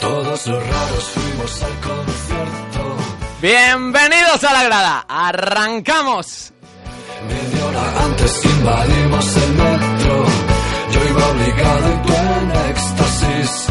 Fuimos los raros, fuimos al concierto. Bienvenidos a la grada. Arrancamos. Media hora antes invadimos el metro. Yo iba obligado y tú en éxtasis.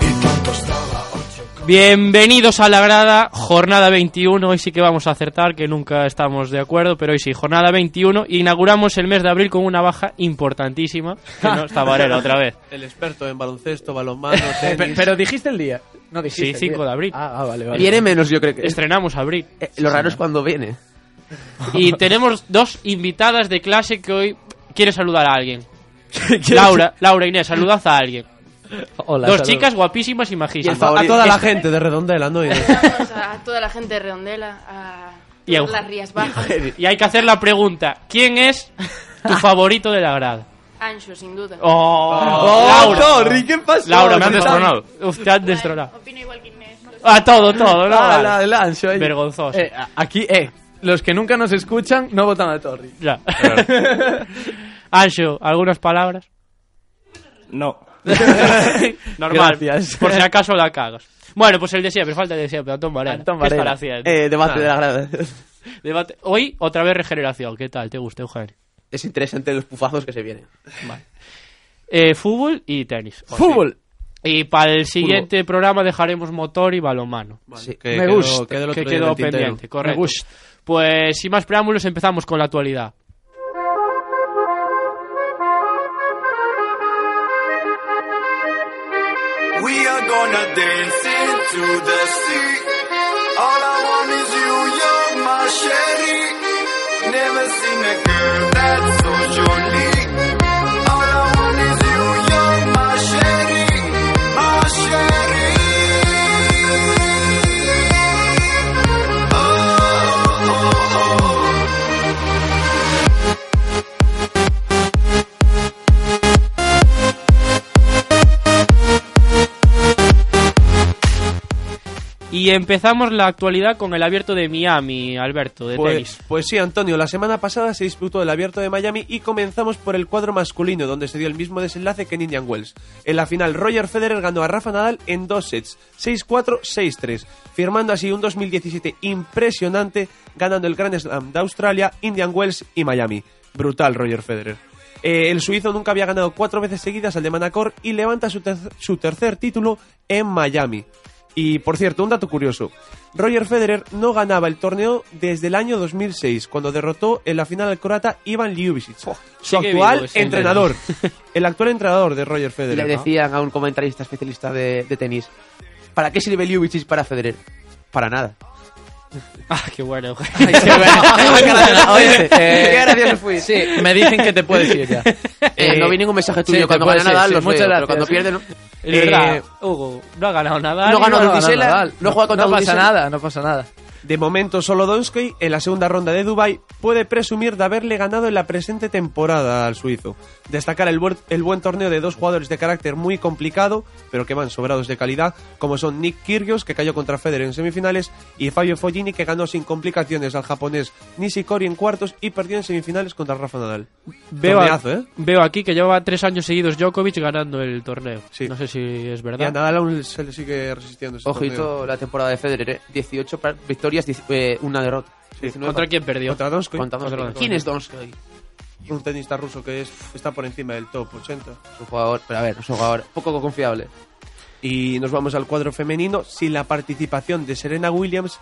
Y tanto estaba ocho. Bienvenidos a la grada, jornada 21. Hoy sí que vamos a acertar, que nunca estamos de acuerdo, pero hoy sí, jornada 21. Inauguramos el mes de abril con una baja importantísima. Que no está Varela otra vez. El experto en baloncesto, balonmano, Pe- tenis. pero dijiste el día. No dijiste. Sí, el 5 día. de abril. Ah, ah, vale, Este- vale. Viene menos, yo creo que. Estrenamos abril. Eh, lo raro es cuando viene. Y tenemos dos invitadas de clase que hoy quiere saludar a alguien. Laura, Laura Inés, saludad a alguien. Hola, dos saludos. chicas guapísimas y Y a, majísimas. to- a Mauri- toda la gente de Redondela, ¿no? Y- Saludos a toda la gente de Redondela, a Y a- todas las Rías Bajas. Y hay que hacer la pregunta, ¿quién es tu favorito de la grada? Ancho, sin duda. Oh, Laura. ¿qué pasó? Laura, me han ¿cómo estás? destronado. Uf, te han destronado. Opino igual que Inés. A todo, todo, no, Ah, vale. la, el ancho ahí. Vergonzoso. Eh, a- aquí, eh. Los que nunca nos escuchan no votan a Torri. Ya. Ancho, ¿algunas palabras? No. Normal. Gracias. Por si acaso la cagas. Bueno, pues el de siempre, falta el de siempre, Antón Varela. Antón ¿Qué Varela. estará haciendo? Eh, debate de la grada. Debate. Hoy, otra vez regeneración. ¿Qué tal? ¿Te gusta, Eugenio? Es interesante los pufazos que se vienen. Eh, fútbol y tenis. Por Fútbol. fin. Y para el siguiente programa dejaremos motor y balonmano. Sí, me gusta, quedó el otro que día en quedó el tintero. pendiente, correcto. Me gusta. Pues sin más preámbulos empezamos con la actualidad. We are gonna dance into the sea. All I want is you, you're my chéri. Never seen a girl that's so jolie. All I want is you, you're my chéri, my chéri. Y empezamos la actualidad con el abierto de Miami, Alberto, de Pues, tenis. pues sí, Antonio, la semana pasada se disputó el abierto de Miami y comenzamos por el cuadro masculino, donde se dio el mismo desenlace que en Indian Wells. En la final, Roger Federer ganó a Rafa Nadal en dos sets, 6-4, 6-3, firmando así un 2017 impresionante, ganando el Grand Slam de Australia, Indian Wells y Miami. Brutal, Roger Federer. Eh, el suizo nunca había ganado cuatro veces seguidas al de Manacor y levanta su, ter- su tercer título en Miami. Y por cierto, un dato curioso. Roger Federer no ganaba el torneo desde el año 2006, cuando derrotó en la final al croata Ivan Ljubicic, su sigue actual vivo ese entrenador. El actual entrenador de Roger Le Federer. decían a un comentarista especialista de, de tenis, ¿para qué sirve Ljubicic para Federer? Para nada. Ah, qué bueno, Eugenio. Oye, Qué gracioso fui. Sí. Me dicen que te puedes ir ya. Eh, no vi ningún mensaje tuyo sí, cuando te puede gana ser, Nadal, sí, los muchas veo, pero gracias. cuando pierde no. Es Eh, verdad, Hugo, no ha ganado nada. No ganó No, no, Dudisela, Nadal. no juega contra No pasa Dudisela. nada, no pasa nada. De momento, solo Donsky, en la segunda ronda de Dubai puede presumir de haberle ganado en la presente temporada al suizo. Destacar el, buen- el buen torneo de dos jugadores de carácter muy complicado, pero que van sobrados de calidad, como son Nick Kyrgios, que cayó contra Federer en semifinales, y Fabio Fognini, que ganó sin complicaciones al japonés Nishikori en cuartos y perdió en semifinales contra Rafa Nadal. Veo, a- Torneazo, ¿eh? veo aquí que lleva tres años seguidos Djokovic ganando el torneo. Sí. No sé si es Y a verdad. Nadal aún se le sigue resistiendo. ese torneo. Ojito la temporada de Federer, eh. 18 par- victorias, 10 eh, una derrota. Sí. 19 ¿Contra par- quién perdió? Contra Donskoy, contra Donskoy. Contra Donskoy. ¿Quién es Donskoy? un tenista ruso que es, está por encima del top 80. Es un jugador, pero a ver, es un jugador poco confiable. Y nos vamos al cuadro femenino. Sin la participación de Serena Williams,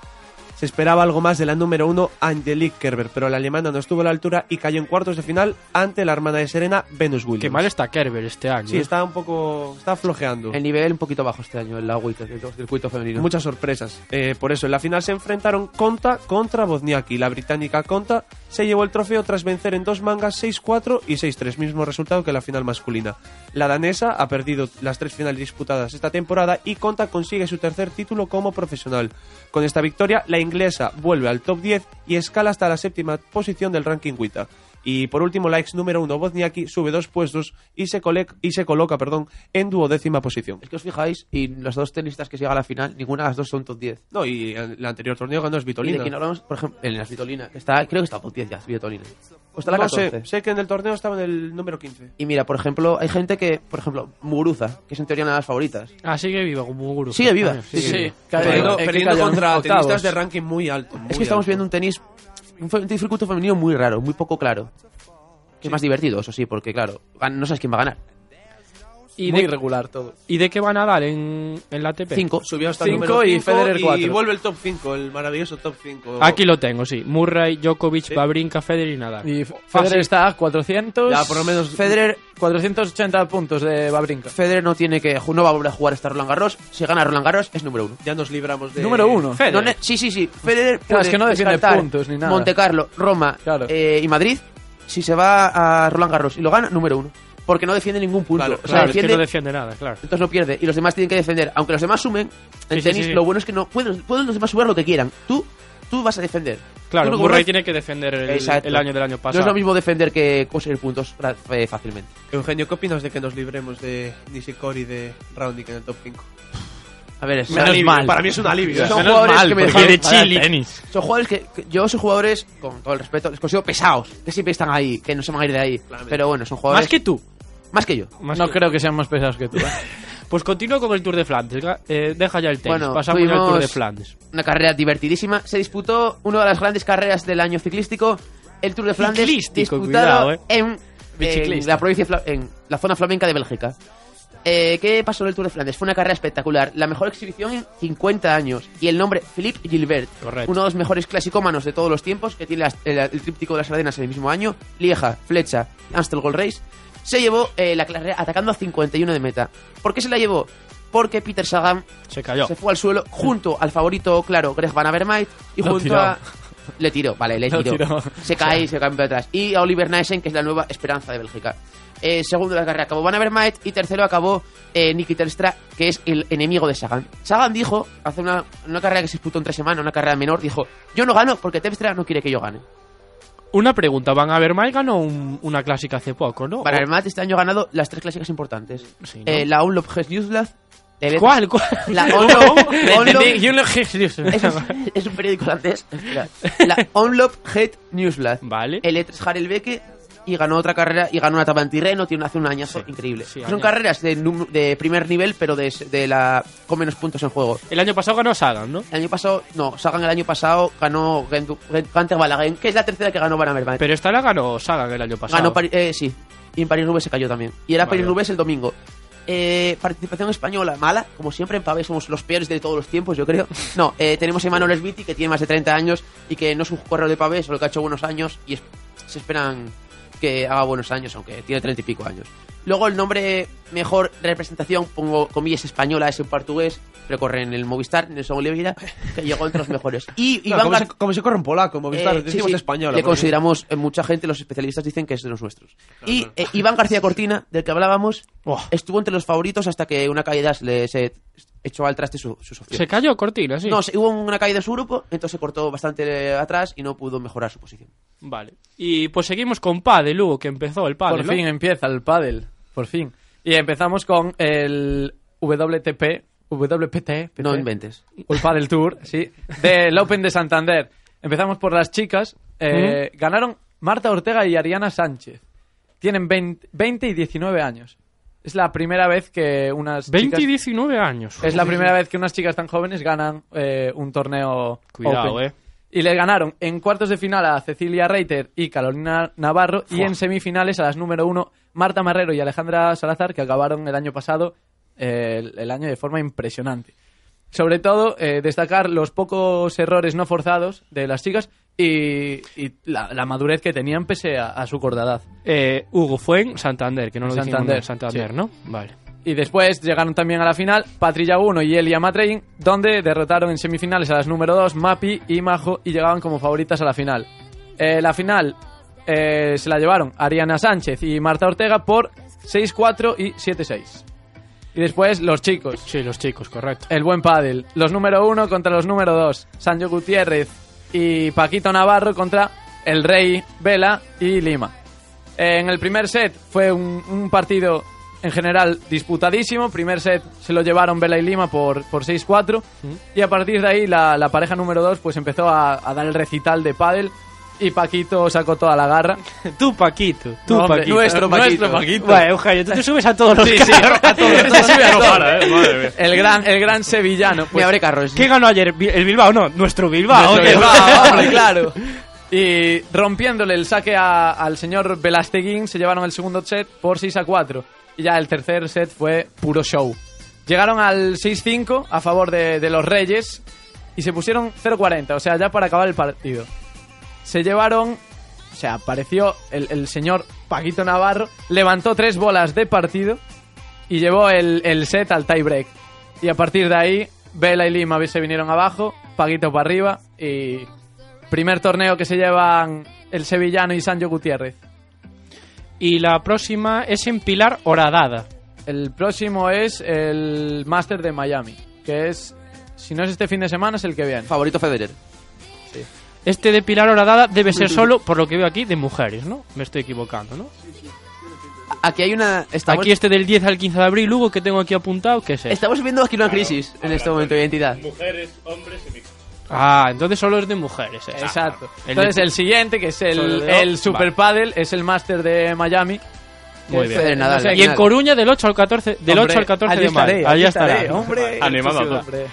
se esperaba algo más de la número uno, Angelique Kerber, pero la alemana no estuvo a la altura y cayó en cuartos de final ante la hermana de Serena, Venus Williams. Qué mal está Kerber este año. Sí, ¿eh? está un poco. está flojeando. El nivel un poquito bajo este año en la WIT, del circuito femenino. Muchas sorpresas. Eh, por eso, en la final se enfrentaron Conta contra Bozniaki. La británica Conta se llevó el trofeo tras vencer en dos mangas 6-4 y 6-3, mismo resultado que la final masculina. La danesa ha perdido las tres finales disputadas esta temporada y Conta consigue su tercer título como profesional. Con esta victoria, la inglesa vuelve al top 10 y escala hasta la séptima posición del ranking WTA. Y por último, la ex número uno, Bozniaki, sube dos puestos y se, cole- y se coloca perdón, en duodécima posición. Es que os fijáis, y los dos tenistas que se llegan a la final, ninguna de las dos son top 10. No, y el anterior torneo ganó es Y de quien Vitolina. hablamos, por ejemplo, en las Vitolina, que está, creo que está top 10 ya, Vitolina. O está Pues la No 14. sé, sé que en el torneo estaba en el número 15. Y mira, por ejemplo, hay gente que, por ejemplo, Muguruza, que es en teoría una de las favoritas. Ah, sigue viva como gurú. Sigue viva. sigue Sí, viva. Claro, Perdiendo, eh, perdiendo Kikayan, contra octavos. tenistas de ranking muy alto. muy Es que estamos alto. viendo un tenis, un fe- un circuito femenino muy raro, muy poco claro. Que es más divertido, eso sí, porque claro, gan- no sabes quién va a ganar. ¿Y, Muy de, irregular todo. ¿Y de qué van a dar en, en la ATP? Cinco. Subió hasta Cinco el número y 5 Federer Y cuatro. vuelve el top 5, el maravilloso top 5. Aquí lo tengo, sí. Murray, Djokovic, Babrinka, Federer y Nadal. Y F- Federer está a 400... Ya, por lo menos- Federer, 480 puntos de Babrinka. Federer no tiene que ju- no va a volver a jugar hasta Roland Garros. Si gana Roland Garros es número uno. Ya nos libramos de... Número uno. Federer. No, ne- sí, sí, sí. Federer puede Claro, es que no defiende descartar puntos ni nada. Monte Carlo, Roma Claro. eh, y Madrid. Si se va a Roland Garros y lo gana, número uno. Porque no defiende ningún punto. Claro, o sea, claro, es que defiende, no defiende nada, claro. entonces no pierde. Y los demás tienen que defender. Aunque los demás sumen, Sí, en sí, tenis sí, sí. lo bueno es que no pueden, pueden los demás sumar lo que quieran. Tú, tú vas a defender. Claro, Tú no Murray conoces- tiene que defender el, Exacto. el año del año No es lo pasado. mismo defender que conseguir puntos ra- eh, fácilmente. Eugenio, ¿qué opinas de que nos libremos de Nishikori de Raonic en el top 5? A ver, es- Menos alivio. mal. Para mí es un alivio. Son Menos jugadores mal, que me porque de dejaron parar Chile. tenis. Son jugadores que, que- yo son jugadores, con todo el respeto, les considero pesados, que siempre están ahí, que no se van a ir de ahí. Pero bueno, son jugadores Más que tú. más que yo. Más no que- creo que sean más pesados que tú. ¿eh? Pues continúa con el Tour de Flandes. ga- eh, deja ya el tenis. Bueno, Pasamos ya al Tour tuvimos- de Flandes. Una carrera divertidísima. Se disputó una de las grandes carreras del año ciclístico, el Tour de Flandes, Ciclístico, disputado cuidado, eh. en, en Biciclista. la provincia fla- en la zona flamenca de Bélgica. Eh, ¿Qué pasó en el Tour de Flandes? Fue una carrera espectacular, la mejor exhibición en 50 años y el nombre Philippe Gilbert, Correcto. uno de los mejores clasicómanos de todos los tiempos que tiene las- el, el tríptico de las Ardenas en el mismo año, Lieja, Flecha, Amstel Gold Race, se llevó eh, la carrera atacando a 51 de meta. ¿Por qué se la llevó? Porque Peter Sagan Se cayó. se fue al suelo junto al favorito, claro, Greg Van Avermaet y Lo junto tiró. a... Le tiró, vale, le Lo tiró. tiró. Se cae y se cae para atrás. Y a Oliver Naesen, que es la nueva esperanza de Bélgica. Eh, segundo de la carrera acabó Van Avermaet y tercero acabó eh, Niki Telstra, que es el enemigo de Sagan. Sagan dijo, hace una, una carrera que se disputó en tres semanas, una carrera menor, dijo, yo no gano porque Telstra no quiere que yo gane. Una pregunta. Van a ver, Mike ganó un- una clásica hace poco, ¿no? Van Avermaet este año ha ganado las tres clásicas importantes. Oh, Sí, ¿no? Eh, la Unlop Gesnjuslas, ¿Cuál? ¿Cuál? La Onlop- Onlop- Y un Logis- Es, un- es un periódico holandés. Espera. La Onlop Head Newsblad. Vale. El E E3 Harelbeke y ganó otra carrera y ganó una etapa en Tirreno. Tiene hace un añazo increíble. sí, Son añazo. carreras de, num- de primer nivel, pero de, de la con menos puntos en juego. El año pasado ganó Sagan, ¿no? El año pasado, no, Sagan el año pasado ganó Gendu- Gen- Ganter Balaguer, que es la tercera que ganó Van Avermaet. Pero esta la ganó Sagan el año pasado. Ganó Pari- eh, sí. Y en París Rubén se cayó también. Y era Vale. París Rubén el domingo. Eh, participación española mala, como siempre en Pavé somos los peores de todos los tiempos, yo creo. No, eh, tenemos a Emanuel Sviti que tiene más de 30 años y que no es un corredor de Pavé, solo que ha hecho buenos años y es- se esperan que haga buenos años, aunque tiene 30 y pico años. Luego el nombre mejor representación, pongo comillas española, es en portugués, pero corre en el Movistar, Nelson Oliveira, que llegó entre los mejores. Y No, Iván como, Gar- se, como se corre en polaco, Movistar, eh, sí, decimos sí, española. Le porque- consideramos, eh, mucha gente, los especialistas dicen que es de los nuestros. y eh, Iván García Cortina, del que hablábamos, Buah. estuvo entre los favoritos hasta que una caída se le se echó al traste su, su socio. Se cayó Cortina, sí. No, se- hubo una caída en su grupo, entonces se cortó bastante eh, atrás y no pudo mejorar su posición. Vale. Y pues seguimos con Padel, Lugo, que empezó el Padel. Por ¿no? fin empieza el pádel, por fin. Y empezamos con el WTP, WPT, No inventes. o el Padel Tour, sí, del Open de Santander. Empezamos por las chicas. Eh, Ganaron Marta Ortega y Ariana Sánchez. Tienen 20, 20 y 19 años. Es la primera vez que unas 20 y chicas... 19 años. Es la primera vez que unas chicas tan jóvenes ganan eh, un torneo Cuidado, Open. eh. Y le ganaron en cuartos de final a Cecilia Reiter y Carolina Navarro y en semifinales a las número uno Marta Marrero y Alejandra Salazar que acabaron el año pasado eh, el, el año de forma impresionante. Sobre todo eh, destacar los pocos errores no forzados de las chicas y, y la, la madurez que tenían pese a, a su corta edad. Eh, Hugo fue en Santander, que no lo dijimos Santander, en Santander, sí. ¿no? Vale. Y después llegaron también a la final Patrilla 1 y Elia Matrein, donde derrotaron en semifinales a las número 2 Mapi y Majo y llegaban como favoritas a la final. Eh, la final eh, se la llevaron Ariana Sánchez y Marta Ortega por 6-4 y 7-6. Y después los chicos. Sí, los chicos, correcto. El buen pádel. Los número uno contra los número dos. Sancho Gutiérrez y Paquito Navarro contra el Rey, Vela y Lima. Eh, en el primer set fue un, un partido en general disputadísimo. Primer set se lo llevaron Vela y Lima por, por 6-4. Y a partir de ahí la, la pareja número 2 pues empezó a, a dar el recital de pádel y Paquito sacó toda la garra. Tú, Paquito. Tú, No, hombre, Paquito. nuestro Paquito. Vale, Eugenio, tú te subes a todos los carros. El gran, el gran sevillano. Me pues, abre carros. ¿Quién ganó ayer? Bi- ¿El Bilbao? No, nuestro Bilbao. Nuestro tío. Bilbao, hombre, claro. Y rompiéndole el saque a- al señor Velasteguín, se llevaron el segundo set por 6 a 4. Y ya el tercer set fue puro show. Llegaron al 6-5 a favor de, de los Reyes y se pusieron 0-40, o sea, ya para acabar el partido. Se llevaron, o sea, apareció el, el señor Paquito Navarro, levantó tres bolas de partido y llevó el, el set al tiebreak. Y a partir de ahí, Vela y Lima se vinieron abajo, Paguito para arriba y primer torneo que se llevan el sevillano y Sancho Gutiérrez. Y la próxima es en Pilar Horadada. El próximo es el Master de Miami, que es, si no es este fin de semana, es el que viene. Favorito Federer. Este de Pilar Horadada debe ser solo, por lo que veo aquí, de mujeres, ¿no? Me estoy equivocando, ¿no? Aquí hay una. Estamos, Aquí este del 10 al 15 de abril, Hugo, que tengo aquí apuntado, ¿qué es este? estamos viviendo aquí una crisis en este momento de identidad. Ah, entonces solo es de mujeres. esa. Exacto. El Entonces de- el siguiente, que es Solo el, de- el Super Paddle, es el Master de Miami. Muy Es, bien. eh, Nadal. no sé, Y en Coruña del 8 al 14, del Hombre, 8 al 14 allí de mayo. estaré, Allí allí estará. estaré, ¿no? hombre. Animado, Sí, ¿no? hombre.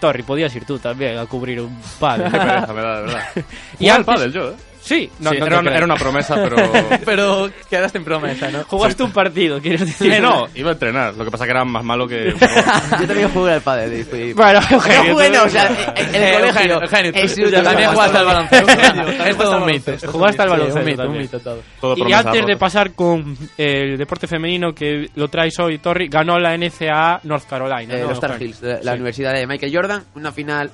Torri, podías ir tú también a cubrir un padre. Qué pereza me da, de verdad. Y Jugaba al antes- pádel yo, ¿eh? Sí, No, sí, no, te era, lo una, creo. era una promesa, pero... Pero quedaste en promesa, ¿no? Jugaste un partido, quieres decir. Sí, no, iba a entrenar. Lo que pasa que era más malo que... Yo también jugué al padre. Bueno, Eugenio, Pero tú- bueno, o sea, el, el Eh, colegio. Eugenio, Eugenio, tú- es tú útil. también jugaste al baloncesto. Eugenio, Es todo un mito. Jugaste al Sí, un baloncesto mito, un también. mito todo. Todo Y promesa antes de rota. pasar con el deporte femenino que lo traes hoy, Torri, ganó la NCAA North Carolina. Eh, ¿no, los Star Eugenio? Hills, de la, la Sí. Universidad de Michael Jordan. Una final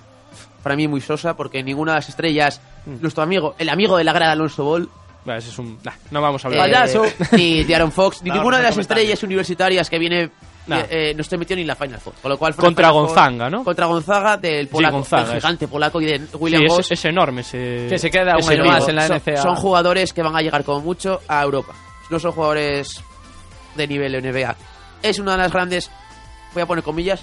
para mí muy sosa porque ninguna de las estrellas, Mm. nuestro amigo, el amigo de la grada Alonso Ball, Bueno, ese es un... nah, no vamos a eh, hablar. ni de Aaron Fox, ni No, ninguna no de las comentario. estrellas universitarias que viene. Nah. eh, eh, no se metió ni en la Final Four. Con lo cual fue una Contra Final Four- Gonzaga, ¿no? Contra Gonzaga del polaco, Gonzaga, del es. gigante polaco y de Sí, William es- Bosch. es, enorme ese... Que se queda un ese año vivo. más en la son, NCAA. son jugadores que van a llegar como mucho a Europa. No son jugadores de nivel NBA. Es una de las grandes, voy a poner comillas,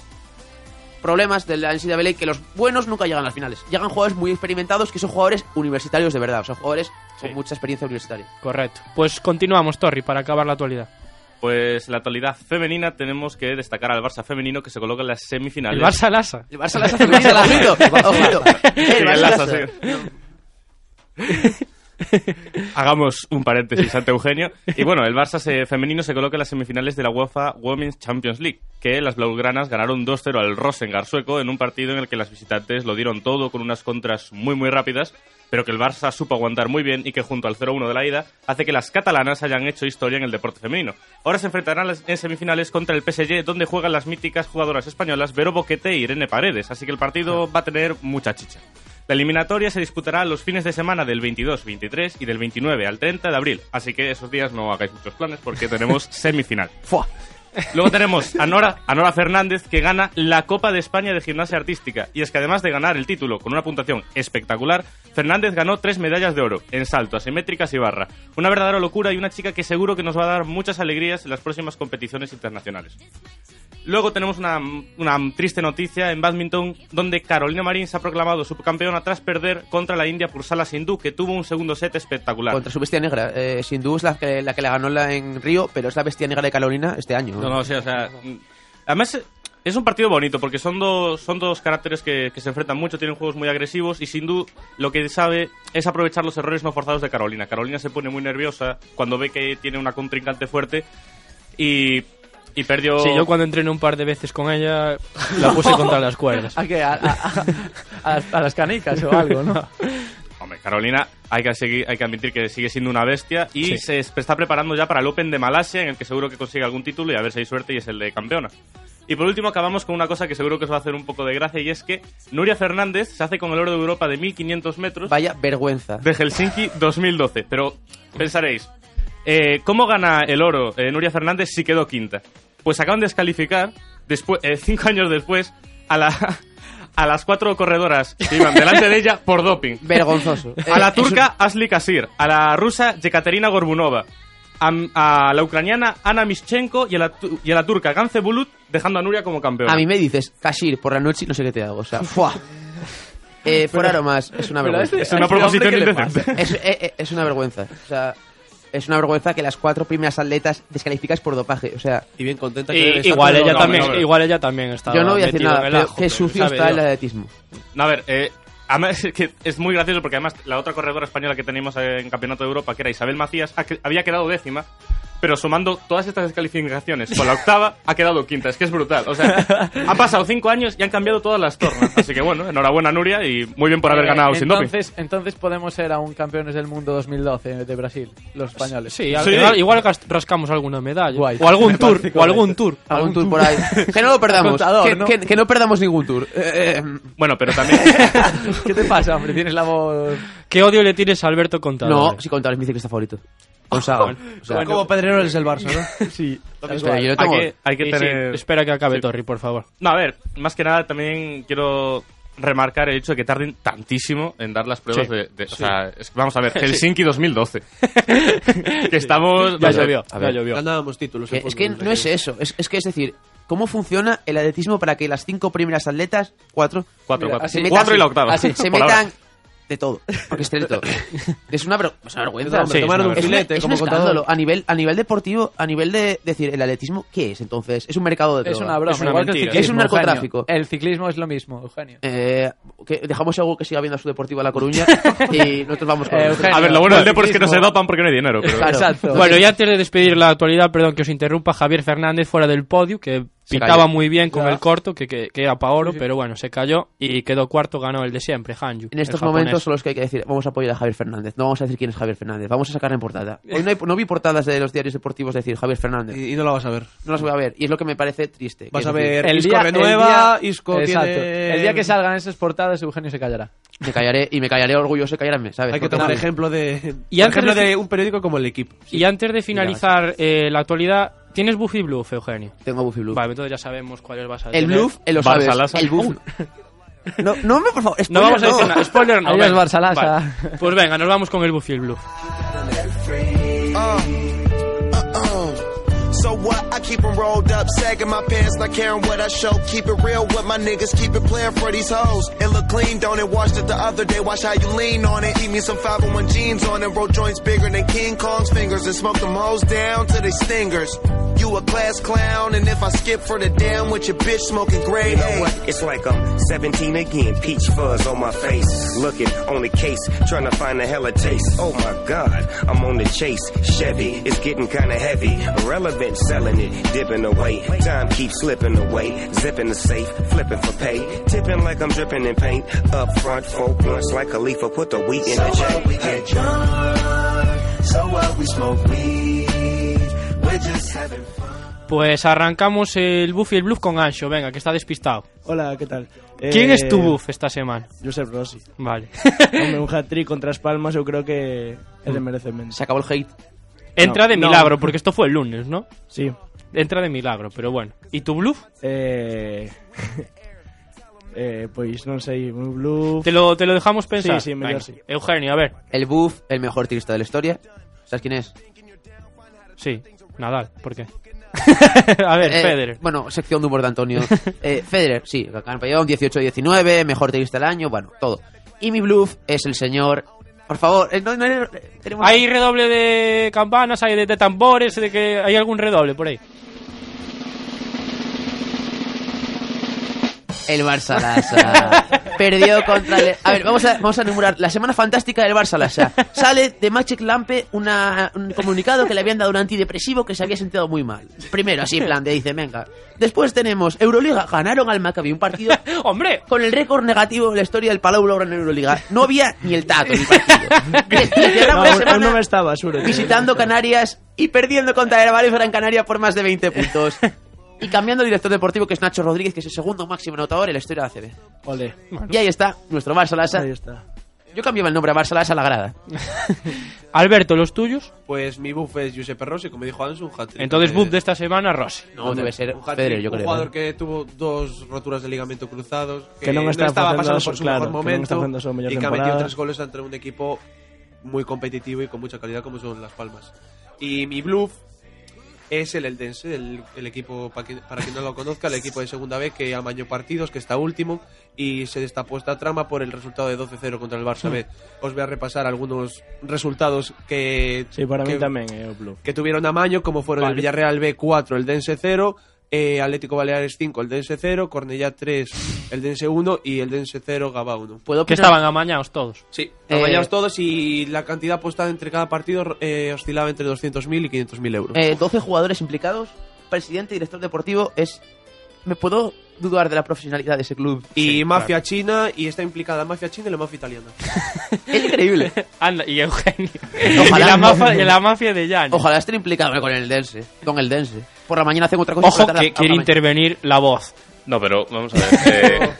problemas de la NCAA que los buenos nunca llegan a las finales. Llegan jugadores muy experimentados que son jugadores universitarios de verdad. O sea, jugadores Sí. con mucha experiencia universitaria. Correcto. Pues continuamos, Torri, para acabar la actualidad. Pues en la actualidad femenina tenemos que destacar al Barça femenino que se coloca en las semifinales. El Barça Lasa. El Barça las hace venir, ojito, ojito. El Barça las hace- Hagamos un paréntesis ante Eugenio. Y bueno, el Barça se- femenino se coloca en las semifinales de la UEFA Women's Champions League, que las blaugranas ganaron 2-0 al Rosengar sueco en un partido en el que las visitantes lo dieron todo con unas contras muy muy rápidas, pero que el Barça supo aguantar muy bien y que junto al 0-1 de la ida hace que las catalanas hayan hecho historia en el deporte femenino. Ahora se enfrentarán las- en semifinales contra el PSG, donde juegan las míticas jugadoras españolas Vero Boquete e Irene Paredes, así que el partido va a tener mucha chicha. La eliminatoria se disputará los fines de semana del 22, 23 y del 29 al 30 de abril, así que esos días no hagáis muchos planes porque tenemos semifinal. Fua. Luego tenemos a Nora, a Nora Fernández que gana la Copa de España de Gimnasia Artística. Y es que además de ganar el título con una puntuación espectacular, Fernández ganó tres medallas de oro en salto, asimétricas y barra. Una verdadera locura y una chica que seguro que nos va a dar muchas alegrías en las próximas competiciones internacionales. Luego tenemos una, una triste noticia en badminton, donde Carolina Marín se ha proclamado subcampeona tras perder contra la India Pursala Sindhu, que tuvo un segundo set espectacular. Contra su bestia negra. Eh, sin duda es la que, la que la ganó la- en Río, pero es la bestia negra de Carolina este año. No, no, sí, o sea. mm, Además, eh, es un partido bonito porque son dos, son dos caracteres que, que se enfrentan mucho, tienen juegos muy agresivos y sin duda lo que sabe es aprovechar los errores no forzados de Carolina. Carolina se pone muy nerviosa cuando ve que tiene una contrincante fuerte y, y perdió. Sí, yo cuando entrené un par de veces con ella, la puse contra las cuerdas. ¿A qué? A, a- a- a- a las canicas o algo, ¿no? Hombre, Carolina, hay que, seguir, hay que admitir que sigue siendo una bestia y se es- está preparando ya para el Open de Malasia, en el que seguro que consigue algún título y a ver si hay suerte y es el de campeona. Y por último acabamos con una cosa que seguro que os va a hacer un poco de gracia y es que Nuria Fernández se hace con el oro de Europa de 1500 metros Vaya vergüenza. de Helsinki 2012. Pero pensaréis, eh, ¿cómo gana el oro eh, Nuria Fernández si quedó quinta? Pues acaban de descalificar, después, eh, cinco años después, a, la, a las cuatro corredoras que iban delante de ella por doping. Vergonzoso. A Eh, la es un- turca Asli Kasir, a la rusa Yekaterina Gorbunova, a, a la ucraniana Ana Mischenko y a la, tu- y a la turca Gance Bulut, dejando a Nuria como campeona. A mí me dices, Kashir, por la noche, no sé qué te hago. O sea, ¡fua! Eh, por aromas, es una pero vergüenza. este- es una ¿a este proposición hombre qué le indecente. Es, eh, eh, es una vergüenza. O sea, es una vergüenza que las cuatro primeras atletas descalificas por dopaje. O sea, Y bien contenta que debe Y- estar igual todo ella el no, también, no, no. igual ella también Ah, está. yo no voy a decir metida nada, en el pero ajo, qué sucio ¿sabes? está el Yo- atletismo. No, a ver, eh, además es que es muy gracioso porque además la otra corredora española que teníamos en Campeonato de Europa, que era Isabel Macías, ha que- había quedado décima, pero sumando todas estas descalificaciones con la octava, ha quedado quinta. Es que es brutal. O sea, han pasado cinco años y han cambiado todas las tornas. Así que bueno, enhorabuena Nuria y muy bien por haber Eh, ganado sin doping. entonces, entonces podemos ser aún campeones del mundo 2012 de Brasil, los españoles. Sí, al- Sí. Igual, igual gas- rascamos alguna medalla. Guay. O algún Me tour, parece o algún correcto. tour. Algún tour por ahí. Que no lo perdamos. Contador, que, ¿no? que- que no perdamos ningún tour. Eh, eh, Bueno, pero también... ¿Qué te pasa, hombre? Tienes la voz... ¿Qué odio le tienes a Alberto Contador? no, si contador es mi ciclista favorito. Gonzalo. O sea, Como Pedrero es el Barça, ¿no? Sí. o sea, yo lo Hay tengo- que, hay que Sí, sí, tener... espera que acabe Sí. Torri, por favor. No, a ver, más que nada también quiero remarcar el hecho de que tarden tantísimo en dar las pruebas Sí, de, de- O sea, es que vamos a ver, Helsinki 2012. que estamos... Ya no sé, llovió, a ya ver. llovió. Ganábamos títulos. que- en es que fútbol, no es eso. Es, es que es decir, ¿cómo funciona el atletismo para que las cinco primeras atletas, cuatro, Cuatro, Mira, cuatro. así- se metan- Cuatro y la octava. así, se Por ahora. metan de todo. Porque es de todo. Es una, ver- es una vergüenza. No, me Sí, tomaron es un una- Es un, filete es un como escándalo. contador. A nivel, a nivel deportivo, a nivel de decir, el atletismo, ¿qué es entonces? Es un mercado de Es droga. una broma, Es una igual que el mentira. ciclismo, Es un Eugenio. narcotráfico. El ciclismo es lo mismo, Eugenio. Eh, que dejamos algo que siga viendo a su deportivo a La Coruña y nosotros vamos con Eh, nosotros. Eugenio. A ver, lo bueno del deporte es que no se Ciclismo. dopan porque no hay dinero. Pero... Claro. Exacto. Bueno, y antes de despedir la actualidad, perdón que os interrumpa, Javier Fernández fuera del podio, que Se pintaba cayó. muy bien con Ya. el corto, que, que, que era pa' oro, Sí, sí. pero bueno, se cayó y quedó cuarto, ganó el de siempre, Hanju. En el estos japonés. momentos son los que hay que decir, vamos a apoyar a Javier Fernández. No vamos a decir quién es Javier Fernández, vamos a sacar en portada. Hoy no, hay- no vi portadas de los diarios deportivos decir Javier Fernández. Y, y no la vas a ver. No las voy a ver, y es lo que me parece triste. que Vas es a decir, ver El Isco día, renueva, el día, Isco exacto. tiene- El día que salgan esas portadas, Eugenio se callará. Me callaré y me callaré orgulloso de callarme, ¿sabes? Hay que Porque tomar no- ejemplo de, Y por antes ejemplo de- de un periódico como el equipo. Y antes de finalizar eh, la actualidad, ¿tienes Buffy Bluff, Eugenio? Tengo Buffy Bluff. Vale, entonces ya sabemos cuáles vas a El tener. bluff, eh, lo Barça sabes. Lasa. El bluff. No, no, me, por favor. No spoiler, vamos a decir no. nada, spoiler no. Adiós, venga. Barça Lasa. Vale. Pues venga, nos vamos con el Buffy el Bluff. Uh-uh. So what? I keep 'em rolled up, sagging my pants, not caring what I show. Keep it real with my niggas, keep it playing for these hoes. It look clean, don't it? Washed it the other day, watch how you lean on it. Eat me some 501 jeans on and roll joints bigger than King Kong's fingers, and smoke them hoes down to they stingers. You a class clown, and if I skip for the damn with your bitch smoking gray, You know hey. what? It's like I'm 17 again. Peach fuzz on my face. Looking on the case, trying to find a hella taste. Oh my god, I'm on the chase. Chevy, it's getting kinda heavy. Irrelevant, selling it, dipping away. Time keeps slipping away. Zipping the safe, flipping for pay. Tipping like I'm dripping in paint. Up front, four blunts like Khalifa. Put the weed in the chain. Hey. Pues arrancamos el Buffy el Bluff con Ancho, venga, que está despistado. Hola, ¿qué tal? ¿Quién Eh, es tu buff esta semana? Josep Rossi. Vale. Hombre, un hat-trick contra las Palmas, yo creo que él le merece menos. Se acabó el hate. Entra No, de no. milagro, porque esto fue el lunes, ¿no? Sí. Entra de milagro, pero bueno. ¿Y tu bluff? Eh... eh, pues no sé, un blue... ¿Te lo, te lo dejamos pensar? Sí, sí, mejor Venga. sí. Eugenio, a ver. El buff, el mejor tirista de la historia. ¿Sabes quién es? Sí, Nadal, ¿por qué? a ver, Eh, Federer. Bueno, sección de humor de Antonio. Eh, Federer, sí, campeón 18-19, mejor tenista del año, bueno, todo. Y mi bluff es el señor. Por favor, eh, no, no, eh, tenemos. Hay redoble de campanas, hay de, de tambores, de que hay algún redoble por ahí. El Barça Lasa. Perdió contra el. A ver, vamos a, vamos a enumerar. La semana fantástica del Barça Lasa. Sale de Magic Lampe una, un comunicado que le habían dado un antidepresivo que se había sentido muy mal. Primero, así en plan, de dice, venga. Después tenemos Euroliga. Ganaron al Maccabi un partido ¡Hombre! con el récord negativo de la historia del Palau Blaugrana en Euroliga. No había ni el tato en el partido. Después de No, una aún- aún no semana me está basura. tío. visitando Canarias y perdiendo contra el Valencia en Canarias por más de 20 puntos. Y cambiando de director deportivo, que es Nacho Rodríguez, que es el segundo máximo anotador en la historia de la ACB. Ole, Y ahí está, nuestro Barça Lasa. ahí está. Yo cambiaba el nombre a Barça Lasa a la grada. Alberto, ¿los tuyos? Pues mi buff es Giuseppe Rossi, como dijo Ansu, un hat-trick. Entonces, Eh, buff de esta semana, Rossi. No, debe ser un hat-trick, Federer, yo un creo. jugador ¿eh? que tuvo dos roturas de ligamento cruzados, que, Que non no, está estaba facendo pasando eso, por su claro, mejor que non momento está facendo a súa mellor y que ha temporada. metido tres goles entre un equipo muy competitivo y con mucha calidad como son Las Palmas. Y mi bluff es el Eldense, el, el equipo, pa que- para quien no lo conozca, el equipo de segunda B que amañó partidos, que está último y se destapó esta trama por el resultado de 12-0 contra el Barça B. Os voy a repasar algunos resultados que, Sí, para que- mí tamén eh, é o bluff. que tuvieron amaño, como fueron el Villarreal B 4, el Dense 0, eh, Atlético Baleares 5, el Dense 0, Cornellá 3, el Dense 1 y el Dense 0, Gaba 1. ¿Puedo Que opinar? estaban amañados todos. Sí, Eh, amañados todos y la cantidad apostada entre cada partido eh, oscilaba entre 200.000 y 500.000 euros. Eh, 12 jugadores implicados, presidente y director deportivo, es... ¿Me puedo dudar de la profesionalidad de ese club? y mafia china, y está implicada mafia china y la mafia italiana. Es increíble. Anda, y Eugenio. Ojalá y, la no. mafia, y la mafia de Jan. Ojalá esté implicado con el Dense. Con el Dense. Por la mañana hacen otra cosa. y Ojo por la tarde que quiere hablan. intervenir la voz. No, pero vamos a ver. eh,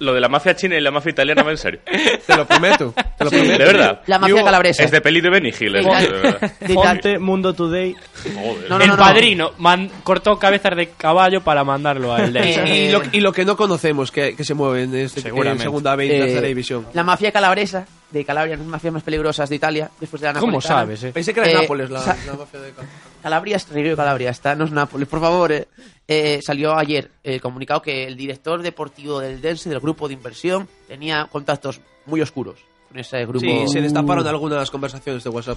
lo de la mafia china y la mafia italiana va en serio. Te lo prometo, te lo De prometo. verdad. La mafia Yo- calabresa. Es de peli de Benny Hill, eso, Exacto. de verdad. De tal- Ponte Mundo Today. Joder. No, no, el no, no. padrino man- cortó cabezas de caballo para mandarlo al Eldense. Eh, Y lo, y lo que no conocemos que, que se mueve en, este, en Seguramente. segunda B y Eh, tercera división. La mafia calabresa de Calabria, las mafias más peligrosas de Italia, después de la ¿Cómo napolitana. sabes, eh? Pensé que era en eh, Nápoles la, sa- la mafia de Cal- Calabria, es Reggio Calabria, está, no es Nápoles, por favor. eh. Eh, salió ayer el comunicado que el director deportivo del Dense, del grupo de inversión, tenía contactos muy oscuros con ese grupo. Sí, se destaparon algunas conversaciones de WhatsApp.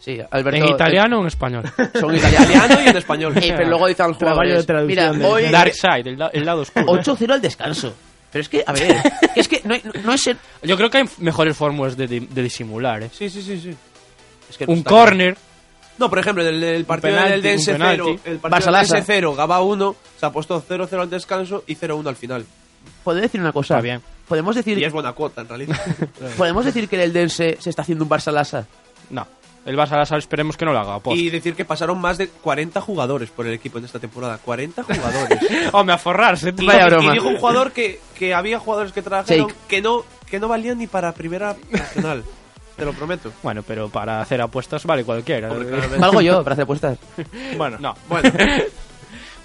Sí, Alberto. ¿En italiano o en español? eh, son Italiano italianos. y en español. Eh, pero luego dicen los Trabajo jugadores, de traducción mira, de- hoy Dark Side, el, da- el lado oscuro. 8-0 al descanso. Pero es que, a ver, que es que no, no- no es el... Yo creo que hay mejores formas de, di- de disimular, ¿eh? Sí, sí, sí, sí. Es que no Un está claro. corner. No, por ejemplo, el, el partido penalti, del Dense un penalti. 0, el partido del Barça-Lasa. Dense 0, Gaba 1, se ha puesto 0-0 al descanso y 0-1 al final. ¿Puedo decir una cosa? Está bien. Podemos Y decir, es buena cuota, en realidad. podemos decir que el Eldense se está haciendo un Barça-Lasa. No. El Barça Lasa esperemos que no lo haga. pues. post. y decir que pasaron más de 40 jugadores por el equipo en esta temporada. 40 jugadores. Hombre, a forrarse. y, tío. Vaya y broma. dijo un jugador que, que había jugadores que trajeron Jake. que no, que no valían ni para primera nacional. Te lo prometo. Bueno, pero para hacer apuestas vale cualquiera. Hombre, claramente. Valgo yo para hacer apuestas. Bueno, no. Bueno,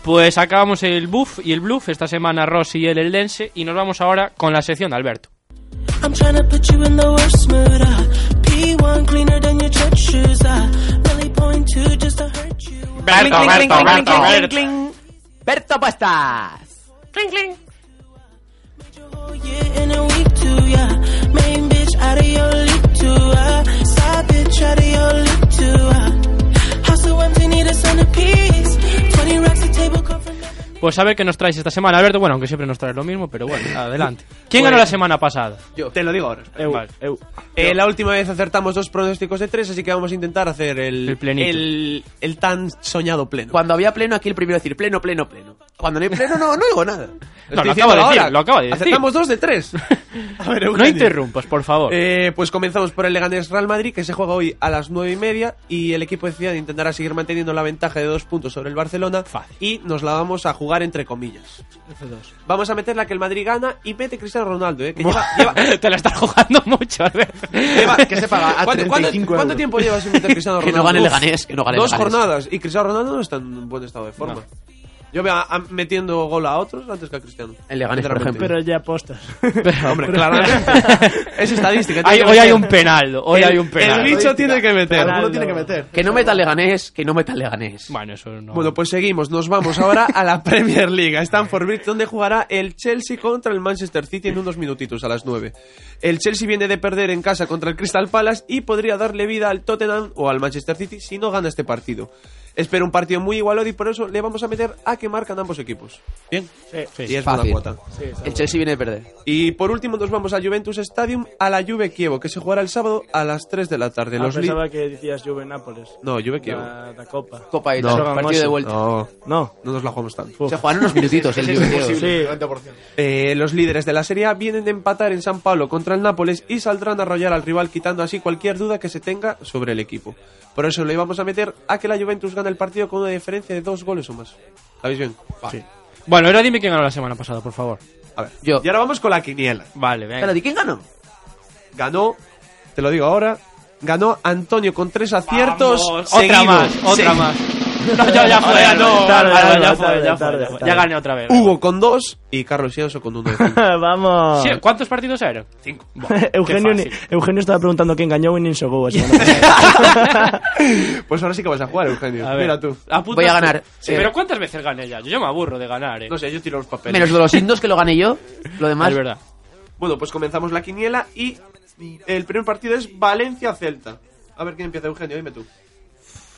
Pues acabamos el buff y el bluff. Esta semana Rossi y el Eldense. Y nos vamos ahora con la sección de Alberto. I'm trying to put you in the worst mood. Uh. P1 cleaner than your church shoes. Uh. Really point two just to hurt you. Berto, Berto, Berto, Berto. ¡Berto Pastas! Made your whole year in a week too. Yeah, main bitch out of your league too. Uh. Side bitch out of your league too. Uh. House so empty, need a centerpiece. Twenty racks a table cover. Pues a ver qué nos traes esta semana, Alberto. Bueno, aunque siempre nos traes lo mismo, pero bueno, adelante. ¿Quién ganó la semana pasada? yo te lo digo ahora. Eu, Vale. eu. Eh, la última vez acertamos dos pronósticos de tres, así que vamos a intentar hacer el, El plenito. el- el tan soñado pleno. Cuando había pleno, aquí el primero decir pleno, pleno, pleno. Cuando no hay pleno, no, no digo nada. No, lo Estoy acabo de diciendo decir, ahora. lo acabo de decir. Acertamos dos de tres. A ver, No Eugenio. interrumpas, por favor. Eh, pues comenzamos por el Leganés Real Madrid, que se juega hoy a las nueve y media. Y el equipo de Ciudad intentará seguir manteniendo la ventaja de dos puntos sobre el Barcelona. Fácil. Y nos la vamos a jugar entre comillas. Vamos a meter la que el Madrid gana y mete Cristiano Ronaldo, eh, que lleva. lleva- Te la estás jugando mucho, Alberto. lleva- Que se paga a ¿Cuánto, cuánto- 35 cuánto euros. tiempo lleva sin meter Cristiano Que Ronaldo? no gane el Uf, Leganés, que no gane el Dos Leganés. jornadas y Cristiano Ronaldo no está en buen estado de forma. Yo veo a- a- metiendo gol a otros antes que a Cristiano. El Leganés, por Sinceramente. Pero ya apostas. Hombre, claramente. es estadística. tiene Hay- que hoy meter. hay un penaldo, hoy hay un El penaldo. bicho tiene que meter. Alguno tiene que meter. Que no meta el Leganés, que no meta el Leganés. Bueno, eso no. Bueno, pues seguimos. Nos vamos ahora a la Premier League, a Stamford Bridge, donde jugará el Chelsea contra el Manchester City en unos minutitos, a las 9. El Chelsea viene de perder en casa contra el Crystal Palace y podría darle vida al Tottenham o al Manchester City si no gana este partido. Espero un partido muy igualado y por eso le vamos a meter a que marcan ambos equipos. Bien, Eh, y es buena Fácil. cuota. El Chelsea viene de perder. Y por último nos vamos a Juventus Stadium, a la Juve Kievo, que se jugará el sábado a las 3 de la tarde. Ah, Los li- pensaba que decías Juve Nápoles. No, Juve Kievo. Da, da Copa. Copa y No. partido de vuelta. No, No. no nos la jugamos tanto. Se jugaron unos minutitos el Juve, tío. Sí. Eh, los líderes de la Serie A vienen de empatar en San Pablo contra el Nápoles y saldrán a arrollar al rival quitando así cualquier duda que se tenga sobre el equipo. Por eso le íbamos a meter a que la Juventus gana el partido con una diferencia de dos goles o más. ¿Sabéis bien? Bueno, ahora dime quién ganó la semana pasada, por favor. A ver. Yo. Y ahora vamos con la quiniela. Vale, venga. Pero, ¿de quién ganó? Ganó, te lo digo ahora, ganó Antonio con tres aciertos. Vamos, otra seguidos. más, otra Sí. más. No, ya, ya fue, ya no. Tarde, tarde, Álvaro, ya fue, ya tarde, fue, tarde, ya fue. tarde. Ya gané otra vez. Hugo con dos y Carlos Sianso con uno. Ah. Vamos. Sí, ¿Cuántos partidos eran? Cinco. Buah, qué Eugenio, ni- fácil. Eugenio estaba preguntando quién engañó y Ninso Go. así, ¿no? Pues ahora sí que vas a jugar, Eugenio. A ver. Mira tú. Apuntas Voy a tú. ganar. Sí, Eh. pero ¿cuántas veces gané ya? Yo ya me aburro de ganar, eh. No sé, yo tiro los papeles. Menos de los indos que lo gané yo, lo demás. es verdad. Bueno, pues comenzamos la quiniela y el primer partido es Valencia-Celta. A ver quién empieza, Eugenio, dime tú.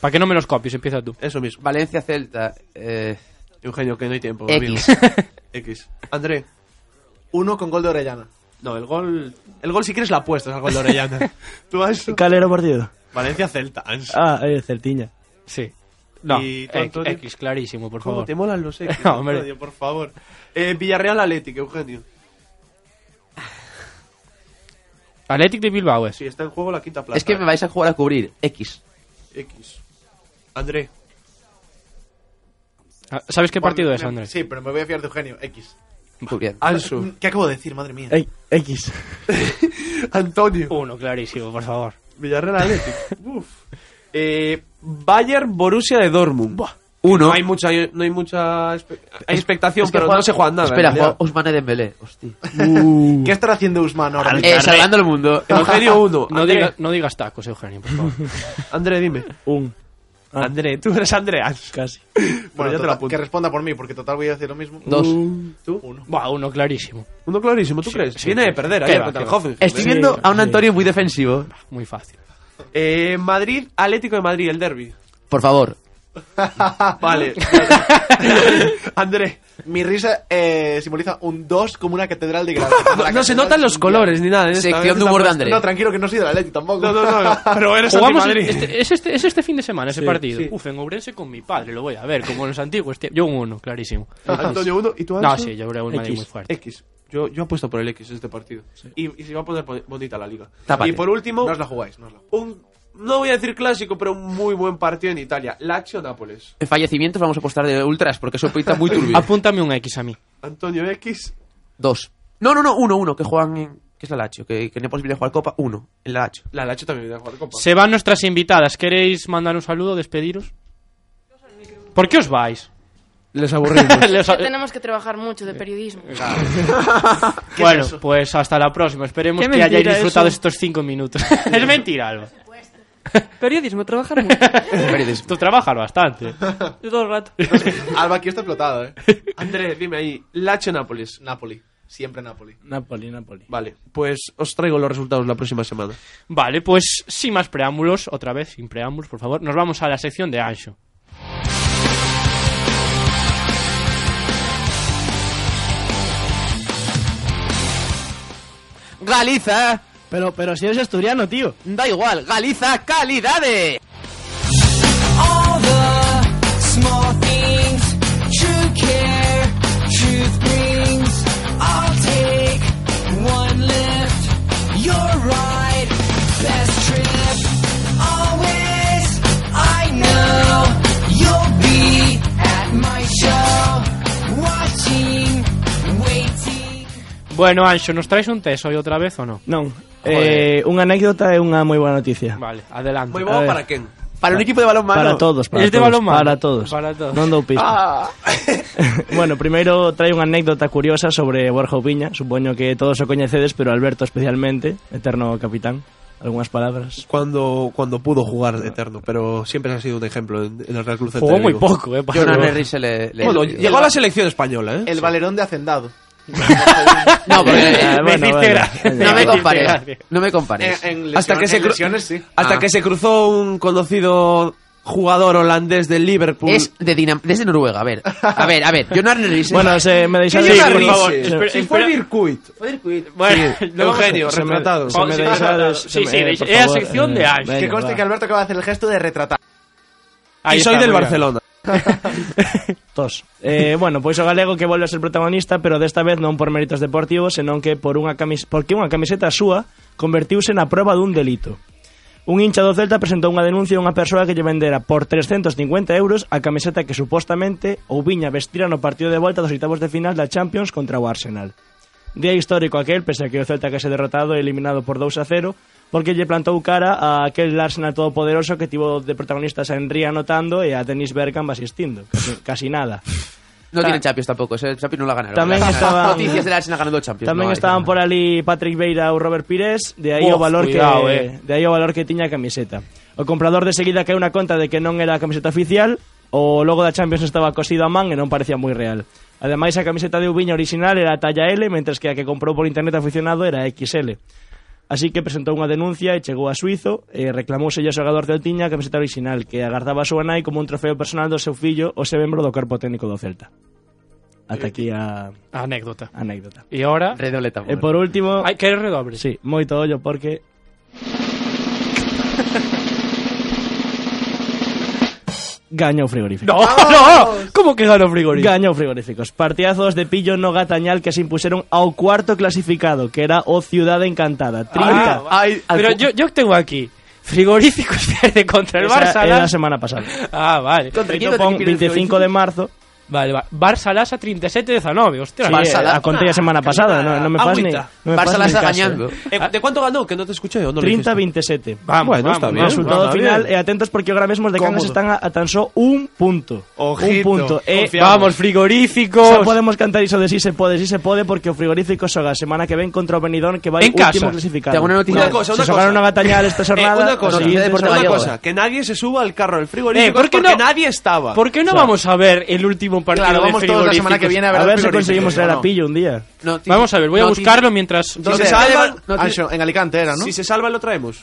¿Para qué no me los copies? Empieza tú. Eso mismo. Valencia Celta. Eh, Eugenio, que no hay tiempo. X. amigo. X. André. Uno con gol de Orellana. No, el gol. El gol, si quieres, la apuestas al gol de Orellana. tú vas. ¿Cuál era el partido? Valencia-Celta. Ah, eh, Celtiña. Sí. No, ¿Y tú, X, Antonio? X, clarísimo, por ¿Cómo favor. te molan los X? No, hombre. Antonio, por favor. Eh, Villarreal-Athletic, Eugenio. Athletic de Bilbao es. Sí, está en juego la quinta plaza. es que me vais a jugar a cubrir. X. X. André. Ah, ¿Sabes qué partido Me- es, me- Andrés? Sí, pero me voy a fiar de Eugenio. X. Cubrir. Ansu. ¿Qué acabo de decir, madre mía? Eh, Ah, X. Antonio. Uno, clarísimo, por favor. Villarreal-Athletic. Uf. Eh, Bayern-Borussia de Dortmund. Uno. No hay mucha, no hay mucha espe- hay expectación, Es que pero juega- no se juegan nada. en Espera, realidad. juega Ousmane Dembélé. Hostia. ¿Qué estará haciendo Usman ahora? mismo? Eh, salvando el mundo. Eugenio 1. No, André, diga- no digas tacos, Eugenio, por favor. André, dime. Un. Ah. André, tú eres Andreas. Casi. bueno, ya te total, lo apunto. que responda por mí, porque total voy a decir lo mismo. Dos. Uno. Buah, uno, clarísimo. Uno clarísimo, ¿tú crees? sí, Viene sí. de perder Qué ayer va, contra qué el va. Hoffenheim. Estoy Sí. viendo a un sí. Antonio muy defensivo. Muy fácil. Eh, Madrid, Atlético de Madrid, el derby. Por favor. Vale. André. Mi risa eh, simboliza un 2 como una catedral de grado. No se notan los colores ni nada. ¿eh? en esta Sección vez. de humor de André. No, tranquilo, que no soy del Atleti tampoco. No, no, no, no, Pero eres Jugamos anti-Madrid. este, es, este, es este fin de semana ese partido. sí. Uf, en Ourense con mi padre, lo voy a ver, como en los antiguos. tío. Yo un uno, clarísimo. Antonio 1 y tú No, Ansu? sí, yo creo que un Madrid muy fuerte. X. Yo, yo apuesto por el X este partido. Y, y se va a poner po- bonita la liga. Tápate. Y por último, No os la jugáis, no os la jugáis. un, no voy a decir clásico, pero un muy buen partido en Italia. Lazio-Nápoles. En fallecimientos vamos a apostar de ultras porque eso pinta muy turbio. Apúntame un X a mí. Antonio X. Dos. No, no, no, uno, uno, que juegan en. que es la Lazio? Que, que no es posible jugar Copa, uno, en la Lazio. La Lazio también viene a jugar Copa. Se van nuestras invitadas. ¿Queréis mandar un saludo, despediros? ¿Por qué os vais? Les aburrimos. Les- Que tenemos que trabajar mucho de periodismo. bueno, pues hasta la próxima. Esperemos Qué que hayáis mentira disfrutado eso. estos cinco minutos. es mentira, Alba. Periodismo, trabajar mucho. Tú trabajas bastante. Yo todo el rato. Alba aquí está explotado, eh. Andrés, dime ahí. Lazio-Nápoles. Napoli. Siempre Napoli. Napoli, Napoli. Vale, pues os traigo los resultados la próxima semana. Vale, pues sin más preámbulos, otra vez, sin preámbulos, por favor, nos vamos a la sección de Ancho. Galiza, Pero, pero si eres asturiano, tío. da igual, Galiza, calidades. All the small things, true care, truth brings. I'll take one lift, your ride, best trip. Always, I know you'll be at my show, watching, waiting. Bueno, Ancho, ¿nos traes un test hoy otra vez o no? No. Eh, unha anécdota e unha moi boa noticia. Vale, adelante. Muy A bueno ver. para Ken. Para un equipo de balonmano. Para todos, para Es de todos. balonmano. Para todos. este Para todos. Non dou pista. bueno, primeiro traio unha anécdota curiosa sobre Borja Ubiña. Supoño que todos o coñecedes, pero Alberto especialmente, eterno capitán. Algunhas palabras. Cuando, cuando pudo jugar Eterno, pero siempre ha sido un ejemplo en, en el Real Cruz. Jugó muy poco, eh. para- Jonan Henry se le. le- Bueno, le- llegó a la selección española, ¿eh? El valerón de Hacendado. No, porque. Ah, Me bueno, hiciste vale. gracia. No me hiciste compares. gracia. No me compares. Hasta que se cru- lesiones, sí. Hasta Ah. que se cruzó un conocido jugador holandés del Liverpool. Es de Dinam desde Noruega, a ver. A ver, a ver. Jonan Henry se- Bueno, se me deixades... Sí, con- por favor, se- espera. Si fue Vircuit. Bueno, luego- Eugenio, se me- retratado. se me Sí, deixades- sí, se me- sí, eh, por é a favor, sección de eh, Ancho. veña, Que conste va. que Alberto acaba de hacer el gesto de retratar. Ahí y soy está, del muy bien. Barcelona. Tos. Eh, bueno, pois o galego que volve a ser protagonista, pero desta vez non por méritos deportivos, senón que por unha camis porque unha camiseta súa convertiuse na proba dun delito. Un hincha do Celta presentou unha denuncia a unha persoa que lle vendera por 350 euros a camiseta que supostamente Oubiña vestira no partido de volta dos oitavos de final da Champions contra o Arsenal. Día histórico aquel, pese a que o Celta que se derrotado e eliminado por 2 a 0, porque lle plantou cara a aquel Arsenal todopoderoso que tivo de protagonistas a Henry anotando e a Dennis Bergkamp asistindo. Casi, casi nada. No Ta- tienen Champions tampoco, ese Champions no la ganaron. Tamén Las estaban- noticias del Arsenal ganando el Champions. Tamén no hay. estaban por ali Patrick Vieira ou Robert Pires, de aí o Uf, valor cuidado, que eh. de aí o valor que tiña a camiseta. O comprador de seguida caeu na conta de que non era a camiseta oficial, o logo da Champions estaba cosido a man e non parecía moi real. Ademais, a camiseta de Ubiña original era talla L, mentres que a que comprou por internet aficionado era XL. Así que presentou unha denuncia e chegou a Suizo e reclamouse ao xogador Celtiña a camiseta original que agardaba a súa nai como un trofeo personal do seu fillo ou se membro do corpo técnico do Celta. Ata aquí a... Anécdota. Anécdota. E ahora... Redoleta, E por último... Hai que redoble. Sí, moito ollo porque... Gañou frigorífico. No, no, como que ganó frigorífico? Gañou frigoríficos. Partidazos de Pillo no Gatañal que se impusieron ao cuarto clasificado, que era o Ciudad Encantada. 30. Ah, Pero yo, yo tengo aquí. Frigoríficos pierde contra el Esa Barça. era Lasa. la semana pasada. Ah, vale. Contra quién Esto fue un tiene que pierde el 25 de marzo. Vale, va. Barça Lasa 37-19. Hostia, Sí, eh, la conté la semana pasada, no, no me fas ni... Agüita. No me fas ni caso. Eh, ¿De cuánto ganó? Que no te escuché. ¿o no lo dijiste? 30-27. Vamos, bueno, vamos, está bien. vamos, Resultado vamos, final. bien. E atentos porque ahora mismo os de Cangas Cómodo. están a, a tan só un punto. Ojito, un punto. E confiamos. Vamos, frigoríficos. Só podemos cantar iso de si se pode, si se pode, porque o frigorífico xoga a semana que ven contra o Benidorm que En vai último casa. clasificado. Tengo una noticia. Una cosa, se una xogaron cosa. a Gatañal esta xornada. Eh, una cosa, o siguiente una será Gallego. cosa, que nadie se suba al carro del frigorífico Eh, ¿por qué porque no? nadie estaba. ¿Por qué no O sea, vamos a ver el último partido Claro, de vamos todos la semana frigoríficos? que viene a A ver si conseguimos traer a no. Pillo un día. Vamos a ver, voy a buscarlo mientras... Si se salvan, Ah, eso, en Alicante era, ¿no? Si se salvan, lo traemos.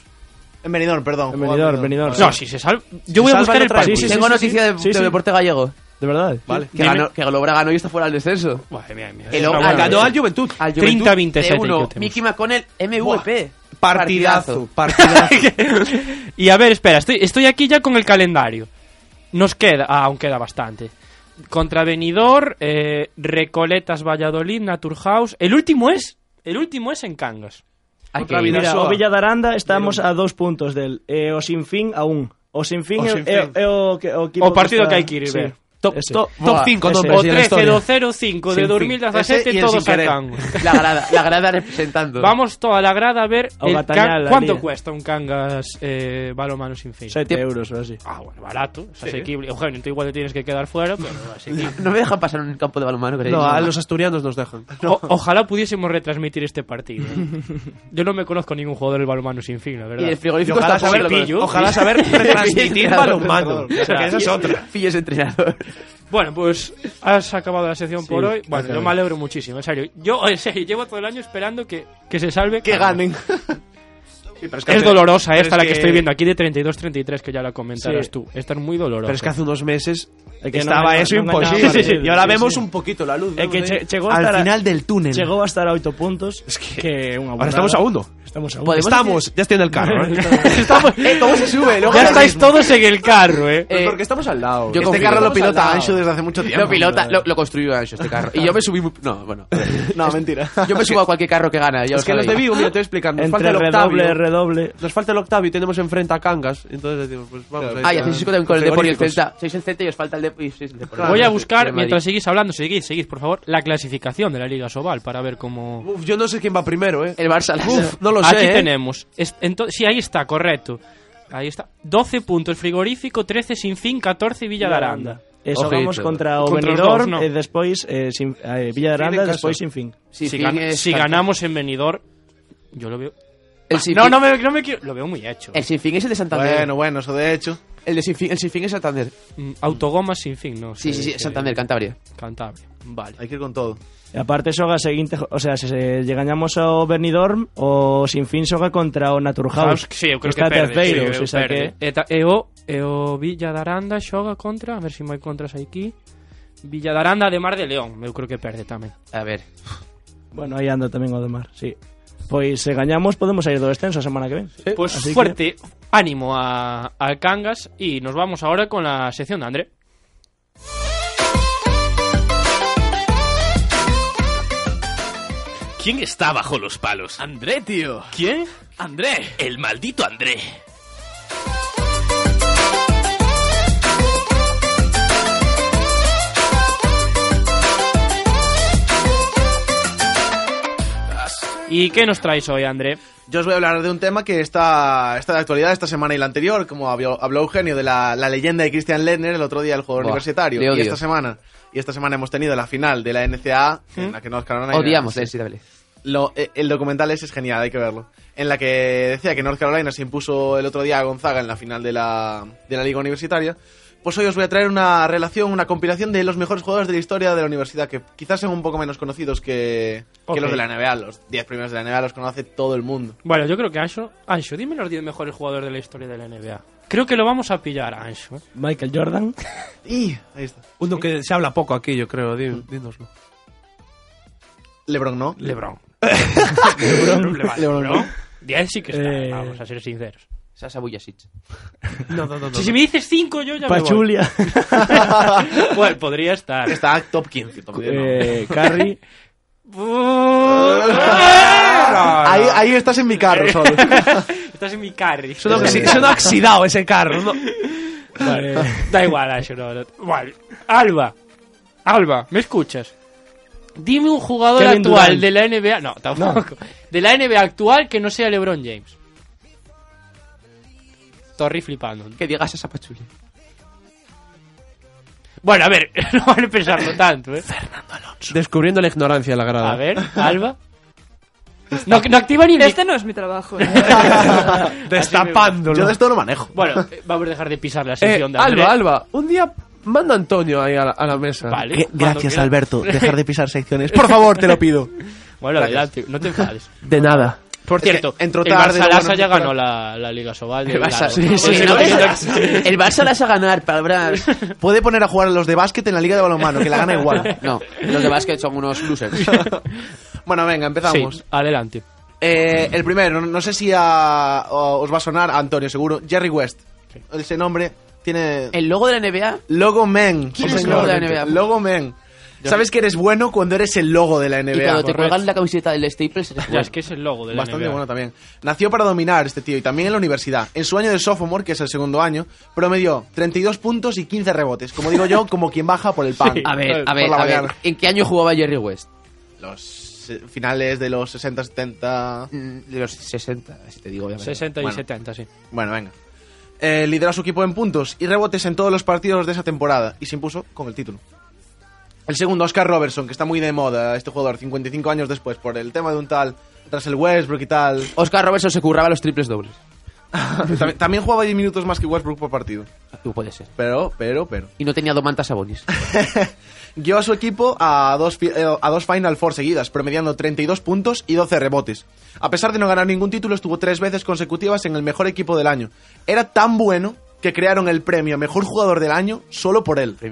En Benidorm, perdón. En Benidorm, Benidorm. No, si se salva... Yo voy a buscar el partido. Tengo noticia de, Sí, de sí. deporte gallego. ¿De verdad? Vale. Que, Dime. ganó, que Globra ganó y está fuera del descenso. El Es una buena Ganó al Juventud. 30-27 Al de uno. que tenemos. Mickey McConnell, MVP. Partidazo. Y a ver, espera, estoy, estoy aquí ya con el calendario. Nos queda, ah, aún queda bastante. Contra Benidorm, eh, Recoletas Valladolid, Naturhaus. El último es, el último es en Cangas. Mira, o Villa de Aranda estamos a dos puntos del eh, o sin fin a un. O sin fin O é- Sin é- Fin. é o, que- o, equipo O partido que está- hai que ir sí. ver. Top, Ese. top, Buah, top 5, ese. top O 13-205 de 2017 todos al Cangas. La grada, la grada representando. Vamos toda la grada a ver O el Batañal, can- la cuánto liga. cuesta un Cangas eh, balomano sin fin. 7 euros o así. Ah, bueno, barato, es asequible. Eugenio, tú igual te tienes que quedar fuera, pero asequible. No me dejan pasar en el campo de balonmano. No, a los asturianos nos dejan. O- ojalá pudiésemos retransmitir este partido. Yo no me conozco ningún jugador del balonmano sin fin, la verdad. Y el frigorífico está ojalá saber retransmitir balonmano. O sea, que esa es otra. Filles entrenador. Bueno, pues has acabado la sección Sí, por hoy. Bueno, acabé. yo me alegro muchísimo, en serio. Yo, en serio, llevo todo el año esperando que, que se salve. Que Cangas. ganen. es, que hace- dolorosa pero esta es la que, que- estoy viendo aquí de 32-33, que ya la comentarás Sí. tú. Esta es muy dolorosa. Pero es que hace unos meses Es que no estaba ganaba- eso no ganaba imposible. partido. Y ahora Sí, vemos sí. un poquito la luz. É que vemos, che- eh. chegou Al hasta final del túnel. Chegou hasta a 8 puntos, es que, que unha Ahora estamos a burrada. uno. Estamos a 1. Podemos Estamos, ya estoy en el carro. ¿eh? Eh, ¿Cómo se sube? Luego ya ahora estáis mismo. todos en el carro, eh. Eh, Porque estamos al lado. yo Este confío. carro lo Estamos al pilota lado. Ancho desde hace mucho tiempo. Lo pilota, lo, lo construyó Ancho este carro. Y yo me subí muy... No, bueno. No, mentira. Yo me subo a cualquier carro que gana. ya lo Es que los de sabéis. Vigo, mira, te voy explicando. Nos falta Entre el redoble, Octavio. redoble. Nos falta el Octavio y tenemos enfrente a Cangas. Entonces decimos, pues vamos. Ah, y a hacéis también con el Depor y el Celta. Sois el Celta y os falta el Depor y sois el Depor. Voy a Del buscar, Madrid. mientras seguís hablando, seguís, seguís, por favor, la clasificación de la Liga Sobal para ver cómo... Uf, yo no sé quién va primero, ¿eh? El Barça. la- Uf, no lo sé. Aquí ¿eh? tenemos. Es- ento- sí, ahí está, correcto. Ahí está. 12 puntos frigorífico, 13 sin fin, 14 Villa de Aranda. E xogamos contra o Contra os Benidorm dos, no. e despois eh, sin, eh, Villa de Aranda en e casa. despois sin fin. Sí, si gan- fin es si carta. ganamos en Benidorm, yo lo veo. El sin No, fin- no me, no me quiero. Lo veo muy hecho. El Sinfín es el de Santander. Bueno, bueno, eso de hecho. El, de Sinfín, el Sinfín es Santander. Mm, Autogomas sin fin, no. Sí, sé sí, sí, qué- Santander, Cantabria. Cantabria. Vale. Hay que ir con todo. E aparte xoga a seguinte, jo- o sea, se, se lle gañamos ao Benidorm, o sin fin xoga contra o Naturhaus. House, Ah, sí, eu creo que está perde. terceiro, sí, eu o sea perde. que... E, ta, e, o, e o Villa de Aranda xoga contra... A ver se si moi contras aquí. Villa de Aranda de Mar de León. Eu creo que perde tamén. A ver. Bueno, aí anda tamén o do Mar, sí. Pois se gañamos podemos sair do descenso a semana que ven. Pues Así que- fuerte ánimo a, al Cangas y nos vamos ahora con la sección de André. ¿Quién está bajo los palos? André, tío. ¿Quién? André. El maldito André. ¿Y qué E nos traes hoy, André? Yo os voy a hablar de un tema que está, está de actualidad esta semana y la anterior, como habló, habló Eugenio de la, la leyenda de Christian Ledner el otro día el jugador Buah, universitario. le Y odio. esta semana. Y esta semana hemos tenido la final de la NCAA, en ¿Mm? la que nos Carolina. Odiamos la NCAA. Lo- eh, el documental ese es genial, hay que verlo. En la que decía que North Carolina se impuso el otro día a Gonzaga en la final de la, de la liga universitaria. Pues hoy os voy a traer una relación, una compilación de los mejores jugadores de la historia de la universidad, que quizás son un poco menos conocidos que, que Ok. los de la NBA. Los 10 primeros de la NBA los conoce todo el mundo. Bueno, yo creo que Ancho, Ancho, dime los 10 mejores jugadores de la historia de la NBA. Creo que lo vamos a ¿eh? pillar, Ancho. Michael Jordan. Y ahí está. Uno que se habla poco aquí, yo creo, di- dínoslo. LeBron no. LeBron. LeBron. Vale, LeBron. ¿no? 10 sí que está, Eh, vamos a ser sinceros. Sasa Bujasic. No, no, no, Si, no. si me dices 5, yo ya Pachulia. me voy. bueno, podría estar. Está top 15, top 10. no. Eh, Curry. ahí, ahí estás en mi carro solo. Estás en mi carry. Suena, oxi- suena oxidado ese carro. ¿no? Vale, da igual, Ancho. No, no. Vale. Alba. Alba, ¿me escuchas? Dime un jugador Kevin Durant. actual de la NBA. No, tampoco. De la NBA actual que no sea LeBron James. Torri flipando. Que digas esa pachuli. Bueno, a ver, no vale pensarlo tanto, ¿eh? Descubriendo la ignorancia de la grada. A ver, Alba. No, no activa ni Este no es mi trabajo. Destapándolo. Yo de esto no manejo. Bueno, eh, vamos a dejar de pisar la Eh, sección de André. Alba, Alba, un día manda a Antonio ahí a la, a la mesa. Vale, Gra- cuando gracias, quiera. Alberto. Dejar de pisar secciones. Por favor, te lo pido. Bueno, Gracias. adelante, no te enfades. De nada. Por cierto, entró el tarde, Barça lo Lassa bueno ya que- ganó la, la Liga Sobal. El Barça, sí, Pues Sí, no, el- el Barça las a ganar, palabras. Puede poner a jugar a los de básquet en la liga de balonmano, que la gana igual. No, los de básquet son unos losers. Bueno, venga, empezamos. Sí, adelante. Eh, el primero, no, no sé si a- o- os va a sonar a Antonio, seguro. Jerry West. Ese nombre tiene... El logo de la NBA. Logo Men. ¿Quién es el logo de la NBA? Logo Men. Sabes que eres bueno cuando eres el logo de la NBA. Y cuando te Correcto. cuelgan la camiseta del Staples, eres Ya, bueno. es que es el logo de la Bastante NBA. bueno también. Nació para dominar este tío y también en la universidad. En su año de sophomore, que es el segundo año, promedió 32 puntos y 15 rebotes. Como digo yo, como quien baja por el pan. A ver, a ver, Por la a ver. mañana. ¿En qué año jugaba Jerry West? Los eh, finales de los 60, 70. Mm, De los 60, si te digo. obviamente. 60 y Bueno. 70, sí. Bueno, venga. Eh, lideró a su equipo en puntos y rebotes en todos los partidos de esa temporada y se impuso con el título. El segundo, Oscar Robertson, que está muy de moda este jugador 55 años después por el tema de un tal Russell Westbrook y tal. Oscar Robertson se curraba los triples dobles. también, también jugaba 10 minutos más que Westbrook por partido. Tú puedes ser. Pero, pero, pero. Y no tenía Domantas Sabonis. Guió a su equipo a dos, fi- eh, a dos Final Four seguidas, promediando 32 puntos y 12 rebotes. A pesar de no ganar ningún título, estuvo tres veces consecutivas en el mejor equipo del año. Era tan bueno que crearon el premio Mejor Jugador del Año solo por él.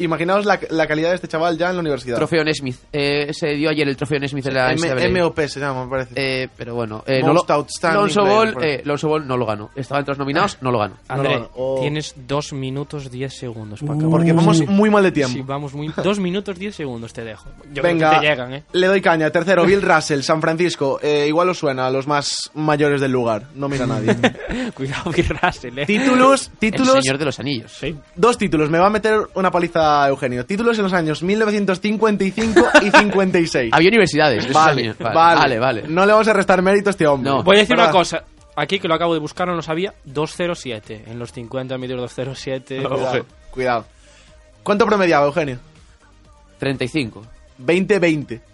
Imaginaos la, la calidad de este chaval ya en la universidad. Trofeo Nesmith. Eh, se dio ayer el trofeo Nesmith en la M- NCAA. MOP se llama, me parece. Eh, pero bueno, eh, no lo, Most Outstanding Lonzo Player, Ah. Ball, por ahí. eh, Lonzo Ball no lo ganó. Estaba entre los nominados, no lo ganó. André, no, o- tienes 2 minutos 10 segundos para acabar. Porque vamos muy mal de tiempo. Sí, vamos muy... 2 minutos 10 segundos te dejo. Yo Venga, creo que te llegan, ¿eh? le doy caña. Tercero, Bill Russell, San Francisco. Eh, igual os suena a los más mayores del lugar. No mira a nadie. Cuidado que Russell, ¿eh? títulos, El títulos. señor de los anillos. Sí. Dos títulos, me va a meter una paliza Eugenio. Títulos en los años 1955 y 56. Había universidades. de esos Vale, años. vale, vale, vale. No le vamos a restar mérito a este hombre. No. Voy a decir ¿Verdad? una cosa. Aquí, que lo acabo de buscar, no lo sabía. 207. En los 50 midió 207. Cuidado, cuidado. ¿Cuánto promediaba Eugenio? 35. 20-20.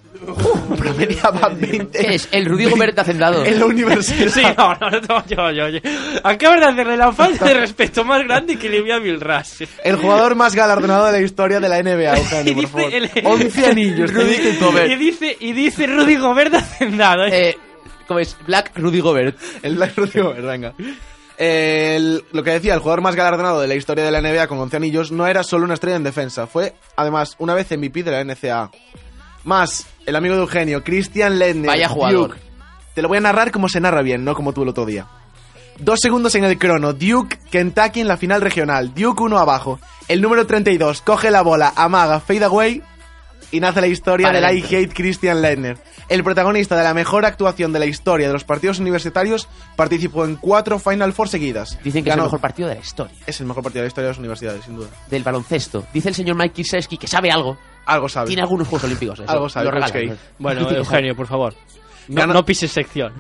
promediaba 20. ¿Qué es? El Rudy Gobert de Hacendado. En la universidad. Sí, no, no, no, no, yo, yo, yo. Acabas de hacerle la falta de respeto más grande que le vi a Bill Russell. El jugador más galardonado de la historia de la NBA, Y Eugenio, por favor. dice el- 11 anillos, te Rudy- dice Y Gobert. dice, y dice Rudy Gobert de Hacendado. ¿eh? Eh, ¿Cómo es? Black Rudy Gobert. El Black Rudy Gobert, venga. El- lo que decía, el jugador más galardonado de la historia de la NBA con 11 anillos no era solo una estrella en defensa, fue además una vez MVP de la NCAA. Más, el amigo de Eugenio, Christian Ledner. Vaya jugador. Este Duke. Te lo voy a narrar como se narra bien, no como tú el otro día. Dos segundos en el crono. Duke, Kentucky en la final regional. Duke uno abajo. El número 32 coge la bola, amaga, fade away y nace la historia Para del I dentro. Hate Christian Leitner. El protagonista de la mejor actuación de la historia de los partidos universitarios participó en cuatro Final Four seguidas. Dicen que es el Ganó- mejor partido de la historia. es el mejor partido de la historia de las universidades, sin duda. Del baloncesto. Dice el señor Mike Kisevsky que sabe algo. Algo sabe. Tiene algunos Juegos Olímpicos. eso. Algo sabe, Lo Coach regalan. K. Bueno, Eugenio, por favor. No, no pises sección.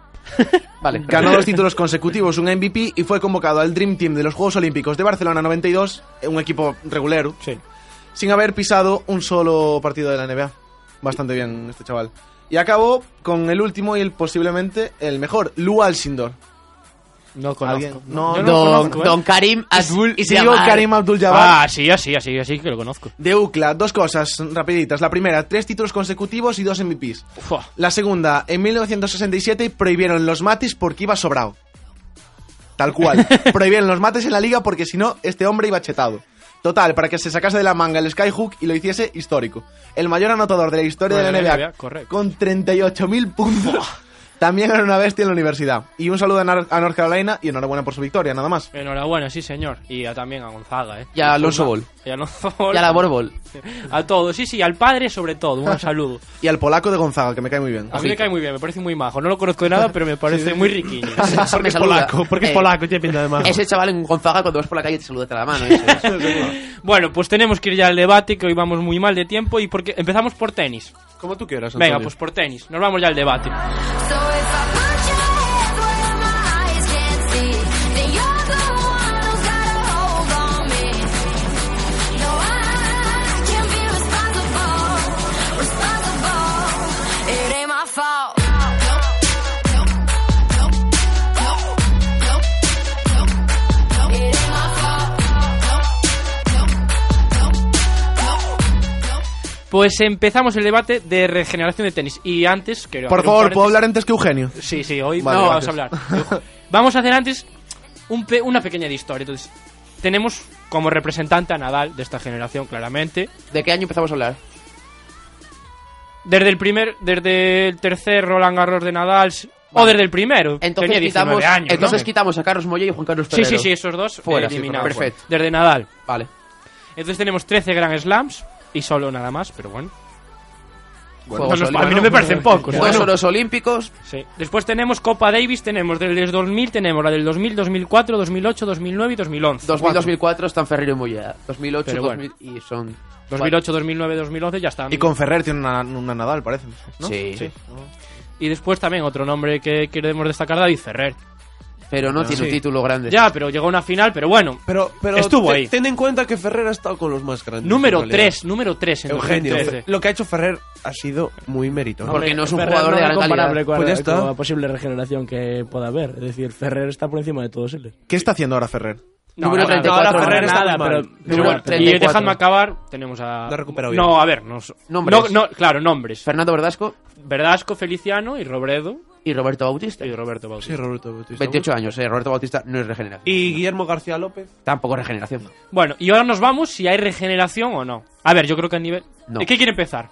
Vale. Ganó dos títulos consecutivos, un MVP y fue convocado al Dream Team de los Juegos Olímpicos de Barcelona 92, eh, un equipo regulero, sin haber pisado un solo partido de la NBA. Bastante bien este chaval. Y acabó con el último y el posiblemente el mejor, Lou Alcindor. No Alguien- No, Yo no lo lo conozco, conozco, ¿eh? ¿eh? Y si digo Karim Abdul-Jabbar. Ah, sí, así, así, así que lo conozco. De UCLA, dos cosas rapiditas. La primera, tres títulos consecutivos y dos MVPs. La segunda, en 1967 prohibieron los mates porque iba sobrado. Tal cual. prohibieron los mates en la liga porque si no, este hombre iba chetado. Total, para que se sacase de la manga el Skyhook y lo hiciese histórico. El mayor anotador de la historia de la NBA, correcto. con 38.000 puntos. También era una bestia en la universidad. Y un saludo a Nor- a North Carolina y enhorabuena por su victoria, nada más. Enhorabuena, sí, señor. Y a- también a Gonzaga, ¿eh? Y a Alonso Ball. Y a Alonso Ball. Y a la Borbol. A todos, sí, sí, al padre sobre todo. Un saludo. Y al polaco de Gonzaga, que me cae muy bien. A mí me cae muy bien, me parece muy majo. No lo conozco de nada, pero me parece Sí, sí, muy sí. riquiño. Porque es polaco, Eh, porque es polaco, tiene pinta de Eh, Ese chaval en Gonzaga cuando vas por la calle te saluda con la mano. eso es. Bueno, pues tenemos que ir ya al debate, que hoy vamos muy mal de tiempo. y porque Empezamos por tenis. Como tú quieras, Venga, Antonio. pues por tenis. Nos vamos ya al debate. It ain't my fault. Pues empezamos el debate de regeneración de tenis. Y antes, quiero Por hacer pues, un favor, ¿puedo paréntesis. hablar antes que Eugenio? Sí, sí, hoy Vale, no vamos a gracias. hablar. Vamos a hacer antes un pe- una pequeña de historia. Entonces, tenemos como representante a Nadal de esta generación, claramente. ¿De qué año empezamos a hablar? Desde el primer, desde el tercer Roland Garros de Nadal, s- o Vale. desde el primero. Entonces tenía 19 quitamos, años, ¿no? entonces quitamos a Carlos Moya y a Juan Carlos Sí, Ferrero. sí, sí, esos dos eh, Fuera, sí, eliminados. fuera. Perfecto. Desde Nadal. Vale. Entonces tenemos 13 Grand Slams y solo nada más, pero bueno. Bueno, No nos- solo- a mí no me parecen pocos. ¿eh? Juegos Bueno. los Olímpicos. Sí. Después tenemos Copa Davis, tenemos del 2000, tenemos la del 2000, 2004, 2008, 2009 y 2011. 2000, 2004 están Ferrero y Moya. 2008, Pero bueno. 2000 y son... 2008, 2009, 2011 ya están. Y con Ferrer tiene una, una Nadal, parece. ¿no? Sí. Y después también otro nombre que queremos destacar, David Ferrer. Pero no tiene un título grande. Ya, pero llegó a una final, pero bueno. Pero, Pero estuvo te- ahí. Ten en cuenta que Ferrer ha estado con los más grandes. Número en realidad. tres, número tres en Eugenio, 2013. lo que ha hecho Ferrer ha sido muy meritorio. Hombre, Ferrer no era comparable con, con la posible regeneración que pueda haber. Es decir, Ferrer está por encima de todos ellos. ¿Qué está haciendo ahora Ferrer? No, Número no, no, 34, ahora Ferrer nada, está muy pero- mal. pero bueno, Y 34. dejadme acabar, tenemos a... Lo ha recuperado no, bien. a ver, no, Nombres. No, no, claro, nombres. Fernando Verdasco. Verdasco, Feliciano y Robredo. Y Roberto Bautista. Y Roberto Bautista. Sí, Roberto Bautista. 28 años, eh. Roberto Bautista no es regeneración. Y Guillermo García López. Tampoco es regeneración. Bueno, y ahora nos vamos si hay regeneración o no. A ver, yo creo que a nivel... No. ¿Qué quiere empezar?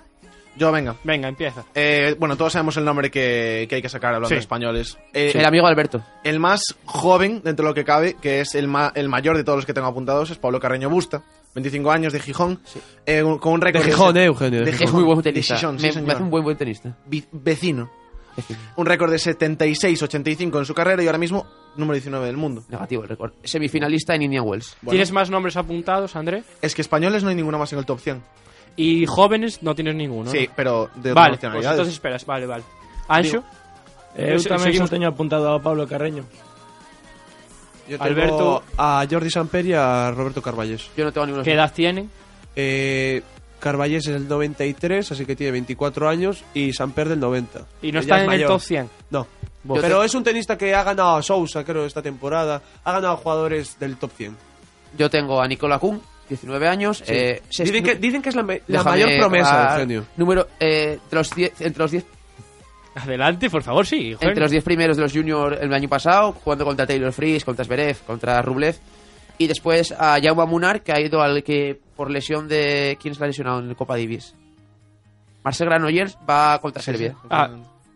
Yo, venga. Venga, empieza. Eh, bueno, todos sabemos el nombre que, que hay que sacar hablando Sí. de españoles. Eh, Sí. El amigo Alberto. El más joven, dentro de lo que cabe, que es el, ma- el mayor de todos los que tengo apuntados, es Pablo Carreño Busta. 25 años de Gijón. eh, con un récord. De Gijón, eh, Eugenio, de De Gijón. Es Gijón. muy buen tenista. De Gijón, sí, Me- me señor. hace un buen, buen tenista. Vi- vecino. Un récord de 76-85 en su carrera y ahora mismo número 19 del mundo. Negativo el récord. Semifinalista en Indian Wells. ¿Tienes más nombres apuntados, André? Es que españoles no hay ninguno más en el top 100. Y jóvenes no tienes ninguno. Sí, ¿no? pero de otras Vale, pues nacionalidades. entonces esperas, vale, vale. Ancho. Eh, yo Se- tamén só seguimos. teño apuntado a Pablo Carreño. Yo tengo Alberto- A Jordi Samper y a Roberto Carballes. Yo no tengo ninguno. ¿Qué edad tienen? Eh, Carballes es el 93, así que tiene 24 años. Y Samper del 90. Y no Que ya está es en el mayor. top 100. No. Yo Pero te- es un tenista que ha ganado a Sousa, creo, esta temporada. Ha ganado a jugadores del top 100. Yo tengo a Nicola Kuhn, 19 años. Sí. eh, se- dicen, que, dicen que es la, me- la Déjame mayor promesa, acabar. Eugenio. Número, eh, de los diez- entre los 10 Adelante, por favor, sí. entre los 10 primeros de los juniors el año pasado, jugando contra Taylor Fries, contra Zverev, contra Rublev. Y después a Jaume Munar, que ha ido al que por lesión de... ¿Quién se la ha lesionado en el Copa Davis? Marcel Granollers va contra Serbia. Ah,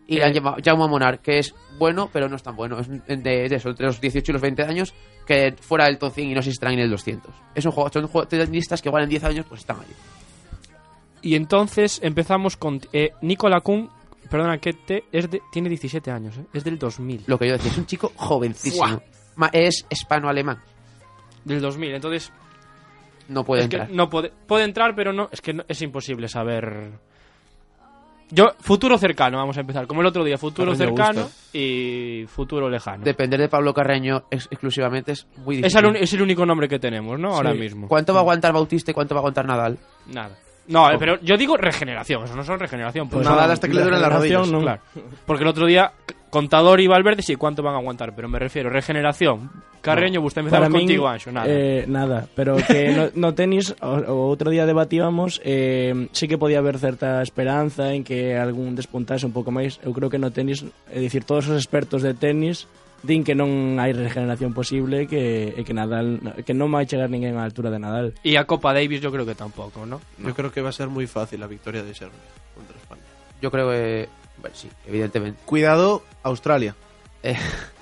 y le han llamado Jaume Munar, que es bueno, pero no es tan bueno. Es de, de eso, entre los 18 y los 20 años, que fuera del top 100 y no se extraen en el 200. Es un juego, son jue- tenistas que igual en 10 años pues están ahí. Y entonces empezamos con eh, Nicola Kuhn, perdona que te, es de- tiene 17 años, ¿eh? es del 2000. Lo que yo decía, es un chico jovencísimo. Fuah. Ma- Es hispano-alemán. Del 2000, entonces No puede es que entrar. no puede, puede entrar, pero no es que no- es imposible saber Yo, futuro cercano, vamos a empezar. Como el otro día, futuro Carreño cercano gusta. y futuro lejano. Depender de Pablo Carreño ex- exclusivamente es muy Es difícil. el, un- es el único nombre que tenemos, ¿no? Ahora Sí. mismo. ¿Cuánto va a aguantar Bautista y cuánto va a aguantar Nadal? Nada. No, eh, pero yo digo regeneración, eso no son regeneración. Pues porque- Nadal hasta que le duelen las regeneración, rodillas. claro. Porque el otro día, C- Contador y Valverde, sí, ¿cuánto van a aguantar? Pero me refiero, regeneración. Carreño, usted empezamos Para min, contigo, Ancho, nada. eh, nada, pero que no, no tenis, o, o outro día debatíamos, eh, sí que podía haber certa esperanza en que algún despuntase un pouco máis. Eu creo que no tenis, é dicir, todos os expertos de tenis din que non hai regeneración posible que, e que Nadal que non vai chegar ninguén á altura de Nadal. Y a Copa Davis yo creo que tampoco, ¿no? Yo creo que va a ser muy fácil la victoria de Serbia contra España. Yo creo que... Bueno, sí, evidentemente. Cuidado, Australia.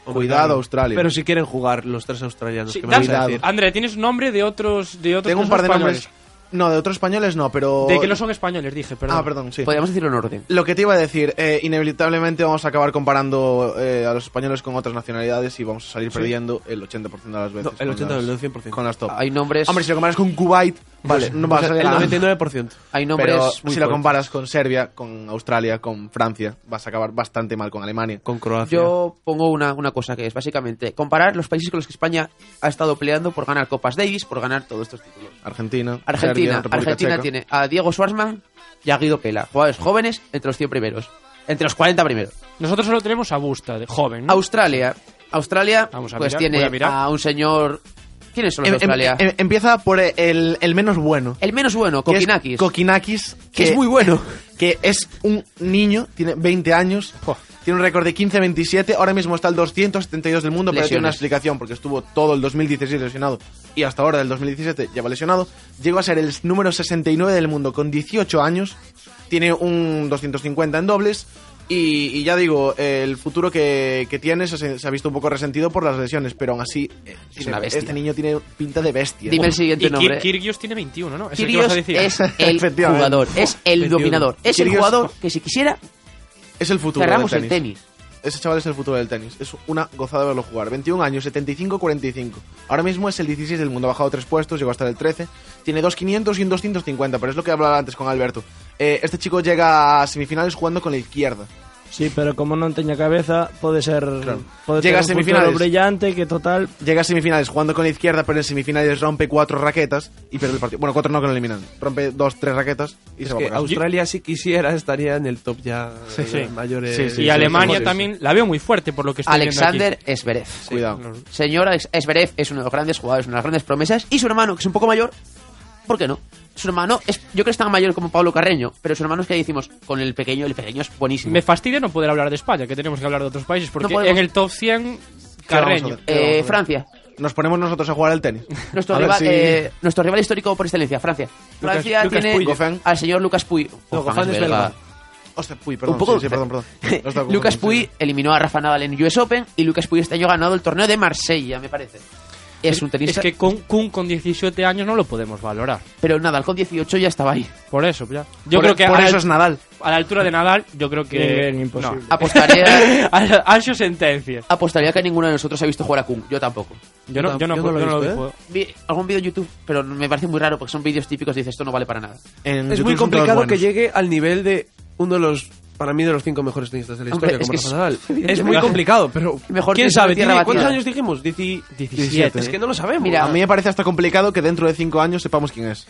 Cuidado, Australia. Eh, Ah, Pero si quieren jugar los tres australianos, Sí, que me dame- vais a decir. André, tienes nombre de otros de otros Tengo un que son par de españoles. nombres. No, de otros españoles no, pero. De que no son españoles, dije, perdón. Ah, perdón, sí. Podríamos decirlo en orden. Lo que te iba a decir, eh, inevitablemente vamos a acabar comparando eh, a los españoles con otras nacionalidades y vamos a salir Sí. perdiendo el 80% de las veces. No, el con 80, las- el 100%. Con las top. Hay nombres... Hombre, si lo comparas con Kuwait, vale, no vas a El llegar. 99%. Hay Pero si lo comparas con Serbia, con Australia, con Francia, vas a acabar bastante mal con Alemania. Con Croacia. Yo pongo una, una cosa que es básicamente comparar los países con los que España ha estado peleando por ganar Copas Davis, por ganar todos estos títulos. Argentina, Serbia, Argentina, República Argentina Checa. tiene a Diego Schwarzman y a Guido Pela, jugadores jóvenes entre los 100 primeros, entre los 40 primeros. Nosotros solo tenemos a Busta, de joven. Mm. Ah, Australia, Australia a pues mirar, voy a tiene mirar. a, un señor ¿Quiénes son los Em- de em- Australia? em- empieza por el, el menos bueno. El menos bueno, Que es Kokinakis. Kokinakis. Que es muy bueno. Que es un niño, tiene 20 años, tiene un récord de 15-27, ahora mismo está el 272 del mundo, pero tiene una Lesiones. explicación porque estuvo todo el 2016 lesionado y hasta ahora del 2017 ya va lesionado. Llegó a ser el número 69 del mundo con 18 años, tiene un 250 en dobles. Y, y ya digo, eh, el futuro que, que tiene se, se ha visto un poco resentido por las lesiones, pero aún así, eh, Es una bestia. este niño tiene pinta de bestia. Dime el siguiente y Kir- nombre. Kyrgios tiene 21, ¿no? Es el que Kyrgios vas a decir. es el jugador, es el dominador, es el Kyrgios- jugador que si quisiera Es el futuro Cerramos del el tenis. Ese chaval es el futuro del tenis. Es una gozada verlo jugar. 21 años, 75-45. Ahora mismo es el 16 del mundo. Ha bajado tres puestos, llegó hasta el 13. Tiene 2.500 y un 250, pero es lo que hablaba antes con Alberto. Eh, este chico llega a semifinales jugando con la izquierda. Sí, pero como non teña cabeza, pode ser pode Llega a ter un futuro semifinales. brillante que total Llega a semifinales jugando con la izquierda, pero en semifinales rompe cuatro raquetas y pierde el partido. Bueno, cuatro no que lo eliminan. Rompe dos, tres raquetas y Es se va que para casa. Australia, si quisiera, estaría en el top ya Sí, de sí. los mayores. Sí, sí, y Alemania también la veo muy fuerte por lo que estoy Alexander viendo aquí. Esberev. Cuidado. Señor Alex- Esberev es uno de los grandes jugadores, una de las grandes promesas. Y su hermano, que es un poco mayor, ¿por qué no? Su hermano, es, yo creo que es tan mayor como Pablo Carreño, pero su hermano es que decimos, con el pequeño, el pequeño es buenísimo. Me fastidia no poder hablar de España, que tenemos que hablar de otros países, porque podemos. en el top 100, ¿Qué vamos a Carreño. hacer? ¿Qué vamos a hacer? Eh, Francia. Nos ponemos nosotros a jugar al tenis. Nuestro, A ver rival, si- eh, nuestro rival histórico por excelencia, Francia. Lucas- Francia Lucas tiene Puig. al señor Lucas Puy. Gofán es belga. Hostia, Puy, perdón. Un poco- sí, sí, perdón, perdón. Lo estaba confundiendo, Lucas sí. Puy eliminó a Rafa Nadal en US Open y Lucas Puy este año ha ganado el torneo de Marsella, me parece. Es un tenista, Es que con Kun con 17 años no lo podemos valorar. pero Nadal con 18 ya estaba ahí. Por eso, ya. Yo Por- creo que por a- eso es Nadal. A la altura de Nadal, yo creo que. Bien, imposible. no. Apostaría- Al- Ancho sentencia. Apostaría que ninguno de nosotros ha visto jugar a Kun. Yo tampoco. Yo no- yo no- Yo no lo he yo no lo visto, juego. ¿eh? Vi algún vídeo en YouTube, pero me parece muy raro porque son vídeos típicos y dices, esto no vale para nada. Es muy complicado que llegue al nivel de uno de los. Para mí, de los cinco mejores tenistas de la Hombre, historia, es como Rafa que es- Nadal. Es muy evidentemente. complicado, pero. Mejor ¿Quién tenis de sabe? tierra Tiene- ¿Cuántos batida. años dijimos? Dieci- 17. Es que no lo sabemos. A mí me parece hasta complicado que dentro de 5 años sepamos quién es.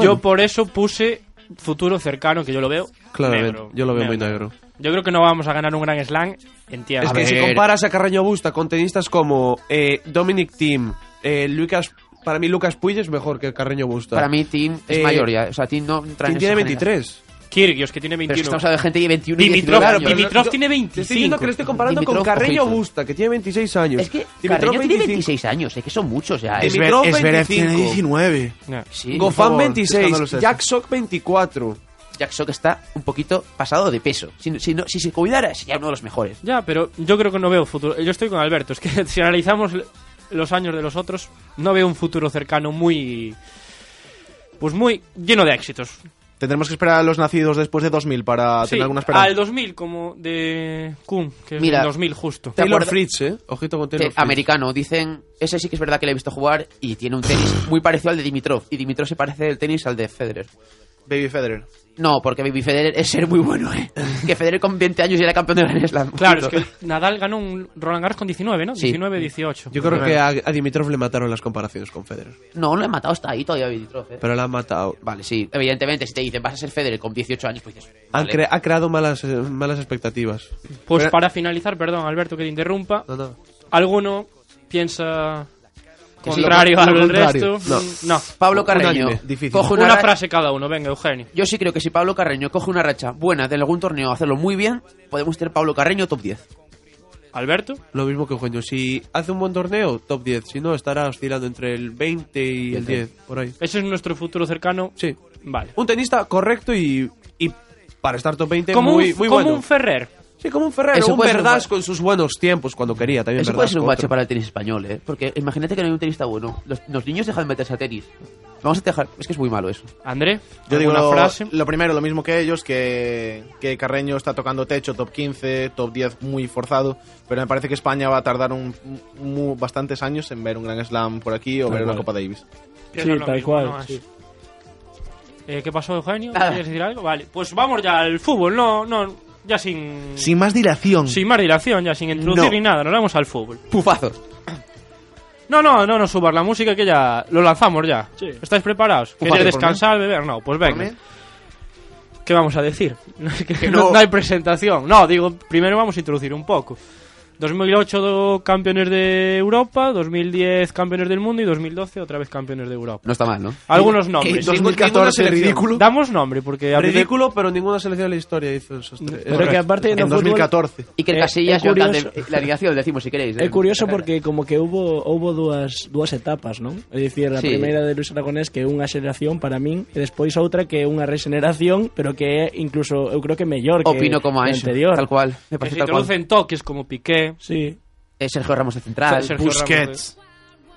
Yo por eso puse futuro cercano, que yo lo veo. Claramente, negro, yo lo veo muy negro. Yo creo que no vamos a ganar un gran slam en tierra. Es que si comparas a Carreño Busta con tenistas como eh, Dominic Thiem, eh, Lucas, para mí Lucas Puig es mejor que Carreño Busta. Para mí, Tim es Eh, mayor ya. O sea, Tim no entra en Thiem tiene esa 23. Kyrgios, que tiene Pero es 21. que estamos hablando de gente de 21 y Dimitrov, 19 años. Dimitrov Yo- tiene Te estoy diciendo 25. que lo estoy comparando con Dimitrov, Carreño ojito. Busta, que tiene 26 años. Es que Dimitrov Carreño 25. tiene 26 años, es que son muchos ya. ¿eh? Dimitrov Zverev tiene 25. 19. Sí, por Gofán favor, 26, escándalos Jack Sock 24. Jack Sock está un poquito pasado de peso. Si, si no- si se cuidara, sería uno de los mejores. Ya, pero yo creo que no veo futuro. Yo estoy con Alberto. Es que si analizamos l- los años de los otros, no veo un futuro cercano muy. Pues muy lleno de éxitos. Tendremos que esperar a los nacidos después de 2000 para Sí, tener alguna esperanza. al 2000, como de Kun, que es Mira, el 2000 justo. ¿te acuerdas- ¿eh? Ojito con Te- Este americano, dicen, ese sí que es verdad que le he visto jugar y tiene un tenis muy parecido al de Dimitrov. Y Dimitrov se parece el tenis al de Federer. Baby Federer. No, porque Baby Federer es ser muy bueno, ¿eh? que Federer con 20 años ya era campeón de Grand Slam. Claro, es que Nadal ganó un Roland Garros con 19, ¿no? Sí. 19, 18. Yo creo que a, a Dimitrov le mataron las comparaciones con Federer. No, lo he matado, está ahí todavía Dimitrov. ¿eh? Pero la han matado. Vale, sí. Evidentemente, si te dicen vas a ser Federer con 18 años, pues dices... Han vale. cre- ha creado malas, eh, malas expectativas. Pues Pero- para finalizar, perdón, Alberto, que te interrumpa. ¿Alguno piensa Que sí, contrario lo al contrario. resto? Mm, No. Pablo Carreño. Unánime, difícil. Coge Coge una, una ra- frase cada uno, venga, Eugenio. Yo sí creo que si Pablo Carreño coge una racha buena de algún torneo, hacerlo muy bien, podemos tener Pablo Carreño top 10. ¿Alberto? Lo mismo que Eugenio. Si hace un buen torneo, top 10. Si no, estará oscilando entre el 20 y el 10, por ahí. ¿Ese es nuestro futuro cercano? Sí. Vale. Un tenista correcto y, y para estar top 20 Este Como muy, un- muy como bueno. un Ferrer. Sí, como un Ferrer. Eso un puede ser un Verdasco con sus buenos tiempos cuando quería también. Eso puede Verdasco, ser un bache otro. para el tenis español, ¿eh? Porque imagínate que no hay un tenista bueno. Los, los niños dejan de meterse a tenis. Vamos a dejar... Es que es muy malo eso. André, Yo digo ¿alguna lo, frase? lo primero, lo mismo que ellos, que, que Carreño está tocando techo, top 15, top 10 muy forzado, pero me parece que España va a tardar un, mu- bastantes años en ver un Gran Slam por aquí o Tal ver una cual. Copa Davis. Pienso lo mismo, no más. Eh, ¿Qué pasó, Eugenio? Nada. ¿Quieres decir algo? Vale, pues vamos ya al fútbol, no, no, ya sin... Sin más dilación. Sin más dilación, ya sin introducir No. ni nada, nos vamos al fútbol. Pufazos. No, no, no, no subas la música que ya lo lanzamos ya. ¿Estáis preparados? Pufazos ¿Queréis por descansar, beber? No, pues venga. ¿Qué vamos a decir? Es que no, no. no hay presentación. No, digo, primero vamos a introducir un poco. 2008 do- campeones de Europa, 2010 campeones del mundo y 2012 otra vez campeones de Europa. No está mal, ¿no? Algunos Que nombres. 2014 Ninguna selección. ridículo. Damos nombre porque a veces- Ridículo, pero ninguna selección de la historia hizo esos tres. Pero que aparte en el fútbol- Y que el Eh, Casillas é yo tal de- curioso. la ligación, decimos si queréis. ¿eh? É curioso porque como que hubo houbo dúas dúas etapas, non? É dicir, a Sí. primeira de Luis Aragonés que é unha xeración para min e despois outra que é unha rexeneración, pero que é incluso eu creo que mellor que Opino como a Anxo, anterior. tal cual. Me que se introducen toques como Piqué. Sí. Eh, Sergio Ramos de central. Sergio Busquets.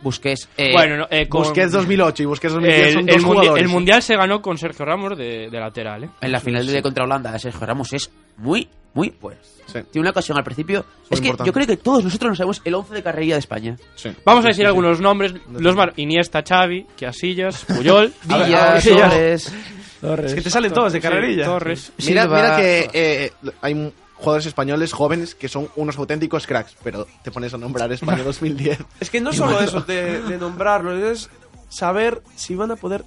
Busquets. eh, bueno, no, eh, con- Busquets 2008 y Busquets 2010 son El, dos el mundi- jugadores. el mundial se ganó con Sergio Ramos de, de lateral. ¿eh? En la Sí, final sí. de contra Holanda, Sergio Ramos es muy, muy bueno. Tiene una ocasión al principio. es que importante. yo creo que todos nosotros no sabemos el 11 de carrerilla de España. Vamos a decir algunos nombres. Los más Iniesta, Xavi, Casillas, Puyol, Villas, ah, Torres. Torres. Es que te salen todos de Sí, carrerilla. Torres. Mira, mira que eh, hay m- jugadores españoles jóvenes que son unos auténticos cracks, pero te pones a nombrar España 2010. Es que no solo eso de, de nombrarlo, es saber si van a poder,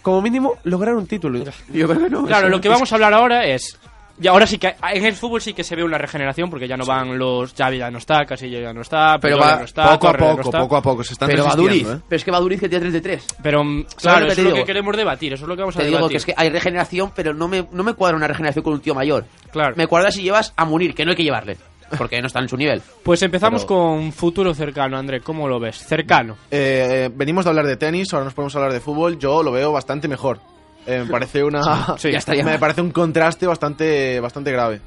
como mínimo, lograr un título. Yo creo que no. Pues Claro, lo que vamos a hablar ahora es. Y ahora sí que en el fútbol sí que se ve una regeneración porque ya no van los. Xavi ya no está, Casillas ya no está, Pero Puyol va ya no está, poco a Torres ya no poco, está. poco a poco, se están Pero resistiendo, Baduriz. ¿eh? Pero es que Baduriz que tiene 33. Pero, mm, ¿Sabes claro, lo que eso te es lo digo? que queremos debatir, eso es lo que vamos a Te digo debatir. que es que hay regeneración, pero no me, no me cuadra una regeneración con un tío mayor. Claro. Me cuadra si llevas a Munir, que no hay que llevarle. Porque no está en su nivel. Pues empezamos con futuro cercano, André, ¿cómo lo ves? Cercano. Eh, eh, venimos de hablar de tenis, ahora nos podemos hablar de fútbol. Yo lo veo bastante mejor. Eh, me parece una. Sí, ya está, ya. Me parece un contraste bastante, bastante grave.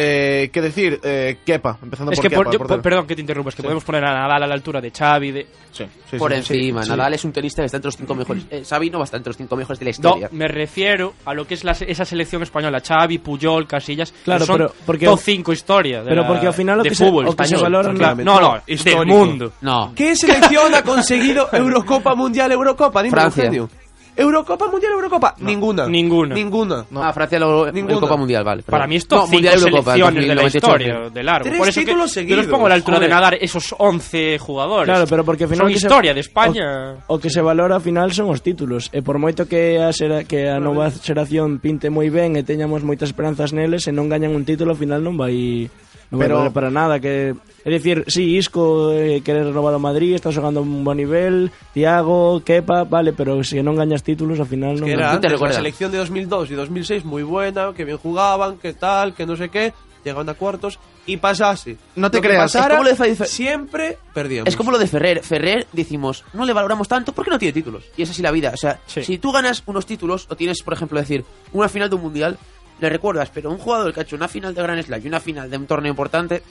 Eh, ¿Qué decir? Eh, Kepa, empezando Es por que, por- Kepa, yo- el portero. perdón que te interrumpa, es que podemos poner a Nadal a la altura de Xavi, de... sí, Por encima, Nadal es un tenista que está entre los cinco mejores. Eh, Xavi no va a estar entre los cinco mejores de la No, historia. me refiero a lo que es la- esa selección española, Xavi, Puyol, Casillas, Claro, que son pero porque- top 5 historia de pero la- porque al final lo de que se- fútbol o que se español. valora en la- no, no, Histórico. del mundo. No. ¿Qué selección ha conseguido Eurocopa Mundial, Eurocopa? Dime, Francia. Eugenio. Eurocopa Mundial, Eurocopa. Ninguna. Ninguna. Ninguna. Ah, Francia lo, Ninguna. Copa Mundial, vale. Para mí esto esto top 5 selecciones de la historia, de largo. Tres Por eso que títulos yo seguidos, los pongo a la altura joder. de nadar esos 11 jugadores. Claro, pero porque al final Son que se- historia de España. O, o que se valora ao final son os títulos. E por moito que a xera, que a nova xeración pinte moi ben e teñamos moitas esperanzas neles e non gañan un título, ao final non vai non Pero... Pero- vai valer para nada que É dicir, si sí, Isco eh, quere renovar o Madrid, está xogando a un bon nivel, Tiago, Kepa, vale, pero se non gañas títulos, ao final non Que era gañas. antes, la selección de 2002 y 2006 muy buena, que bien jugaban, que tal, que no sé qué. Llegaban a cuartos y pasase. No te Lo que creas, pasara, es como lo siempre perdíamos. Es como lo de Ferrer. Ferrer decimos, no le valoramos tanto porque no tiene títulos. Y es así la vida. O sea, si tú ganas unos títulos o tienes, por ejemplo, decir, una final de un mundial, le recuerdas, pero un jugador que ha hecho una final de Gran Slam y una final de un torneo importante,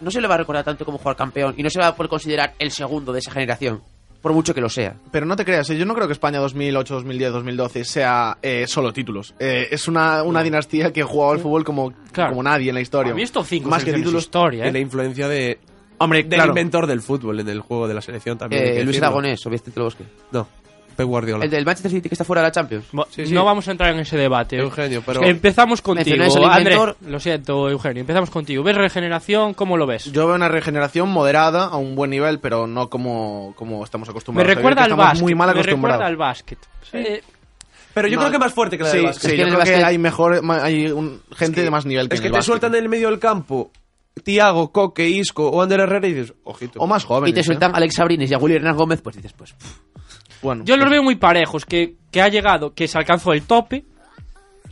no se le va a recordar tanto como jugar campeón y no se va a poder considerar el segundo de esa generación, por mucho que lo sea. Pero no te creas, eh, yo no creo que España 2008, 2010, 2012 sea eh, solo títulos. Eh, es una, una dinastía que jugaba al fútbol como, como nadie en la historia. Para mí es top 5 Más que selecciones títulos. historia, ¿eh? Y la influencia de. Hombre, del claro. inventor del fútbol en el juego de la selección también. hay Eh, que Luis decirlo. Aragonés o Vicente Bosque. No. Pep Guardiola. El del Manchester City que está fuera de la Champions. No vamos a entrar en ese debate. Eugenio, pero- Empezamos contigo, Mencioné eso, el Andrés. inventor. Lo siento, Eugenio. Empezamos contigo. ¿Ves regeneración? ¿Cómo lo ves? Yo veo una regeneración moderada, a un buen nivel, pero no como, como estamos Me acostumbrados. recuerda Yo al creo que estamos básquet. muy mal me recuerda acostumbrados. al básquet. Eh, Pero yo No. creo que más fuerte que la sí, del básquet. Sí, yo creo que hay mejor, ma- hay un- gente de más nivel que Es en que el te básquet. sueltan en el medio del campo Tiago, Coque, Isco o Ander Herrera y dices, ojito. O más jóvenes, ¿eh? Y te sueltan Alex Sabrines y a Willy Hernán Gómez, pues dices, pues. Bueno, Yo los veo muy parejos, que, que ha llegado, que se alcanzó el tope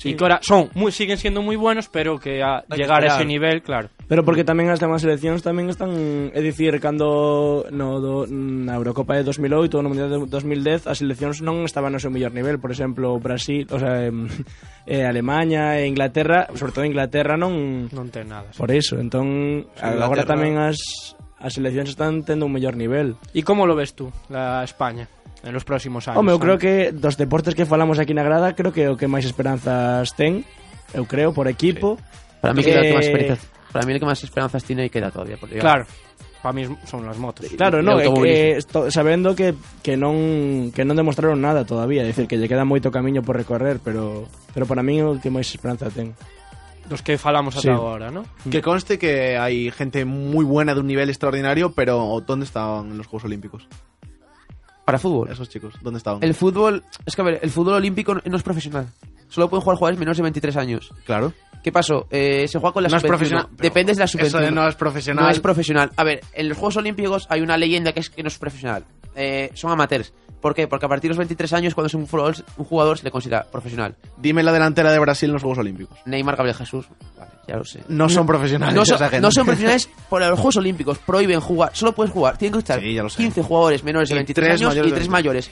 y que ahora son muy, siguen siendo muy buenos, pero que a que llegar a esperar. ese nivel, claro. Pero porque tamén as demás seleccións tamén están, é dicir, cando no do, na Eurocopa de 2008 ou no Mundial de 2010 as seleccións non estaban no seu mellor nivel, por exemplo, Brasil, o sea, em, eh, Alemanha e Inglaterra, sobre todo Inglaterra non non ten nada. Por iso, entón Sí, agora Inglaterra- tamén as as seleccións están tendo un mellor nivel. ¿Y cómo E lo ves tú, la España, en los próximos años? Home, eu creo Ana? que dos deportes que falamos aquí na grada, creo que é o que máis esperanzas ten, eu creo, por equipo. Para mí, que era el que más Eh, esperanzas, para mí el que más esperanzas tiene y queda todavía. por llegar. Claro, para mí son las motos. Claro, no, de é automovilismo. que esto- sabendo que, que non que non demostraron nada todavía, é dicir, que lle queda moito camiño por recorrer, pero pero para min é o que máis esperanza ten. Los que falamos Sí. hasta ahora, ¿no? Que conste que hay gente muy buena de un nivel extraordinario, pero ¿dónde estaban en los Juegos Olímpicos? Para fútbol. Esos chicos, ¿dónde estaban? El fútbol, es que a ver, el fútbol olímpico no no es profesional. Solo pueden jugar jugadores menores de 23 años. Claro. ¿Qué pasó? Eh, se juega con la No es sub-21. profesional, pero Dependes de la eso sub de no es profesional. No es profesional. A ver, en los Juegos Olímpicos hay una leyenda que es que no es profesional. Eh, son amateurs. ¿Por qué? Porque a partir de los 23 años, cuando es un jugador, un jugador se le considera profesional. Dime la delantera de Brasil en los Juegos Olímpicos. Neymar, Gabriel Jesús. Vale, ya lo sé. No son profesionales No son, esa gente. no son profesionales por los Juegos Olímpicos. Prohíben jugar. Solo puedes jugar. Tienen que estar 15 jugadores menores de Y 23 tres años mayores y de 3 mayores.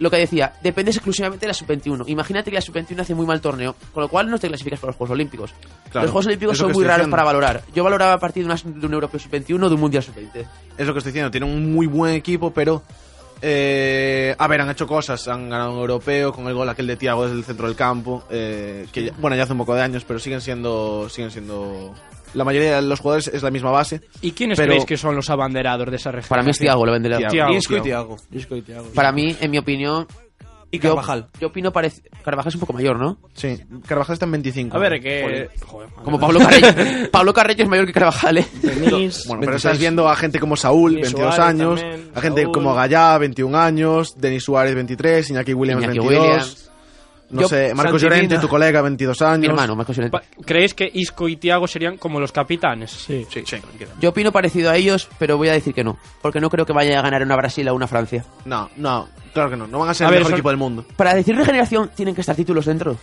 Lo que decía, dependes exclusivamente de la sub-21. Imagínate que la sub-21 hace muy mal torneo, con lo cual no te clasificas para los Juegos Olímpicos. Claro, los Juegos Olímpicos es lo son que muy estoy raros diciendo. para valorar. Yo valoraba a partir de, una- de un europeo sub-21 o de un mundial sub-20. Es lo que estoy diciendo, tienen un muy buen equipo, pero... eh, a ver, han hecho cosas, han ganado un europeo con el gol aquel de Tiago desde el centro del campo, eh, que ya- bueno, ya hace un poco de años, pero siguen siendo... siguen siendo La mayoría de los jugadores es la misma base. ¿Y quiénes pero- creéis que son los abanderados de esa región? Para mí es Thiago el abanderado. Isco y Thiago. Isco y Thiago. Para mí, en mi opinión. Y yo- Carvajal. Yo, opino parece. Carvajal es un poco mayor, ¿no? Sí, Carvajal está en 25. A ver, que- Como Pablo Carreño. Pablo Carreño es mayor que Carvajal, ¿eh? Bueno, pero estás viendo a gente como Saúl, Denis 22 Suárez años, también, a gente Saúl. como Gallá, 21 años, Denis Suárez, 23, Iñaki Williams, Iñaki 22. Williams. No Yo- sé, Marcos Santi Llorente, Mina. tu colega, 22 años. Pa- ¿Creéis que Isco y Tiago serían como los capitanes? Sí, sí, Yo opino parecido a ellos, pero voy a decir que no. Porque no creo que vaya a ganar una Brasil o una Francia. No, no, claro que no. No van a ser A el ver, mejor son- equipo del mundo. Para decir regeneración, tienen que estar títulos dentro.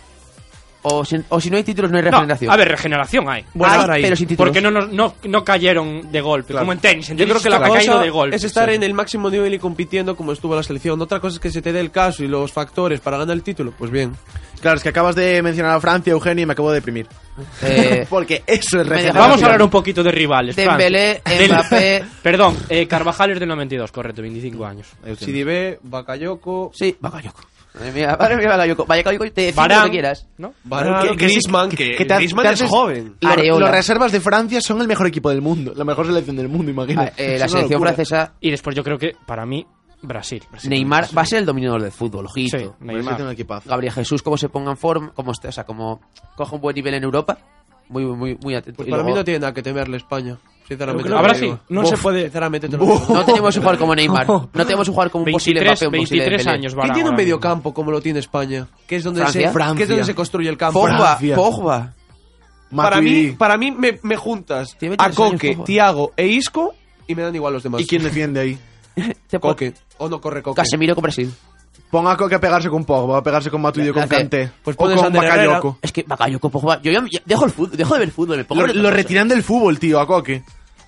O si, o si no hay títulos, no hay No, regeneración. a ver, regeneración hay. Bueno, Hay, ahora hay. pero sin títulos. Porque no, nos- no, no cayeron de golpe, como en tenis. En Yo creo tenis que la ha caído cosa de golpe. es estar sí. en el máximo nivel y compitiendo como estuvo la selección. Otra cosa es que se te dé el caso y los factores para ganar el título. Pues bien. Claro, es que acabas de mencionar a Francia, Eugenio, y me acabo de deprimir. Eh, Porque eso es regeneración. Vamos a hablar un poquito de rivales. Dembélé, Francia. Del- Mbappé. Perdón, eh, Carvajal es del 92, correcto, 25 años. Sidibe, Bakayoko. Sí, Bakayoko. Madre mía, madre mía, Bakayoko. Bakayoko, te define Varane, lo que quieras. ¿no? Varane, Que- que- Griezmann, que- que- que te ha- Griezmann te es haces- joven. Lo- Areola. Los reservas de Francia son el mejor equipo del mundo, la mejor selección del mundo, imagino. Ah, eh, la selección francesa. Y después yo creo que, para mí, Brasil. Neymar va a ser el dominador del fútbol, ojito. Sí, Neymar. Brasil tiene un equipazo. Gabriel Jesús, como se ponga en forma, como, esté- o sea, como coja un buen nivel en Europa. Muy, muy, muy atento. Pues Y para mí luego- no tiene nada que temerle España. Sinceramente. Yo creo que- te lo digo. No Buf, se puede- Sinceramente te lo digo. No tenemos un jugador como Neymar. No tenemos un jugador como un posible Mbappé, un posible Dembélé. ¿Qué tiene un mediocampo como lo tiene España? Que es donde, Francia. se, que es donde Francia. se construye el campo. Pogba, Francia. Pogba. Para Matuidi. mí, para mí me, me juntas Tiene a 23 años, Coque, Pogba. Tiago e Isco y me dan igual los demás. ¿Y quién defiende ahí? Coque. O no corre Coque. Casemiro con Brasil. Ponga a Coque a pegarse con Pogba, a pegarse con Matuidi o con Hace- Kanté. Pues o pones a con Ander Herrera. Bakayoko. Es que Bakayoko, Pogba. Yo ya, ya dejo, el fútbol, dejo de ver el fútbol. Me pongo Lo, a ver lo otras cosas. retiran del fútbol, tío, a Coque.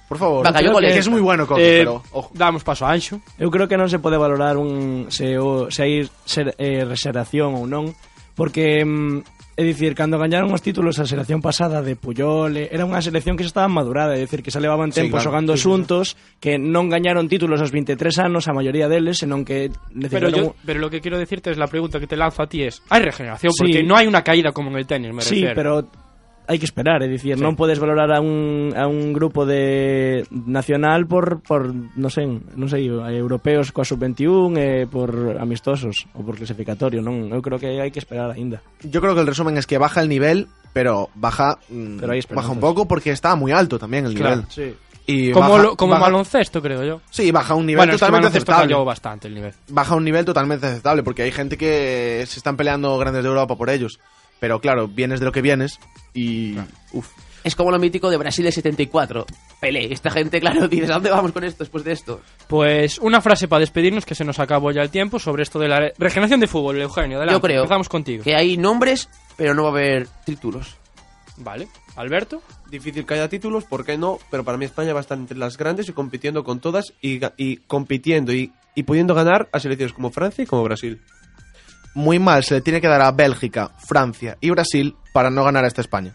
Por favor. Bakayoko que le- es muy bueno Coque, Eh, pero ojo. Damos paso a Anxo. Eu creo que non se pode valorar un se, o, se hai ser, eh, reservación ou non, porque mm, é dicir, cando gañaron os títulos a selección pasada de Puyol, eh, era unha selección que xa estaba madurada, é dicir, que xa levaban Sí, tempo claro. xogando Sí, sí, sí. xuntos, que non gañaron títulos aos 23 anos a maioría deles, senón que Pero, necesitaron yo, pero lo que quiero decirte es la pregunta que te lanzo a ti es, ¿hay regeneración? Sí. Porque no hay una caída como en el tenis, me Sí, refiero. pero hay que esperar, es decir, no puedes valorar a un, a un grupo de nacional por, por no sé, non sei, europeos coa sub-21 eh, por amistosos ou por clasificatorio, non? Eu creo que hai que esperar aínda. Yo creo que el resumen es que baja el nivel, pero baja, mm, Pero hay esperanzas. baja un poco porque estaba muy alto también el Claro, nivel. sí. Y como baja- lo- como baja- baloncesto, creo yo. Sí, baja un nivel Bueno, es que totalmente baloncesto aceptable. cayó bastante el nivel. Baja un nivel totalmente aceptable porque hay gente que se están peleando grandes de Europa por ellos. Pero claro, vienes de lo que vienes y. Uf. Es como lo mítico de Brasil de 74. Pelé, esta gente, claro, dices, ¿a dónde vamos con esto después de esto? Pues una frase para despedirnos, que se nos acabó ya el tiempo, sobre esto de la re- regeneración de fútbol, Eugenio. Adelante, Yo creo Empezamos contigo. que hay nombres, pero no va a haber títulos. Vale. Alberto. Difícil que haya títulos, ¿por qué no? Pero para mí España va a estar entre las grandes y compitiendo con todas y, ga- y compitiendo y, y pudiendo ganar a selecciones como Francia y como Brasil. Muy mal se le tiene que dar a Bélgica, Francia y Brasil para no ganar a esta España.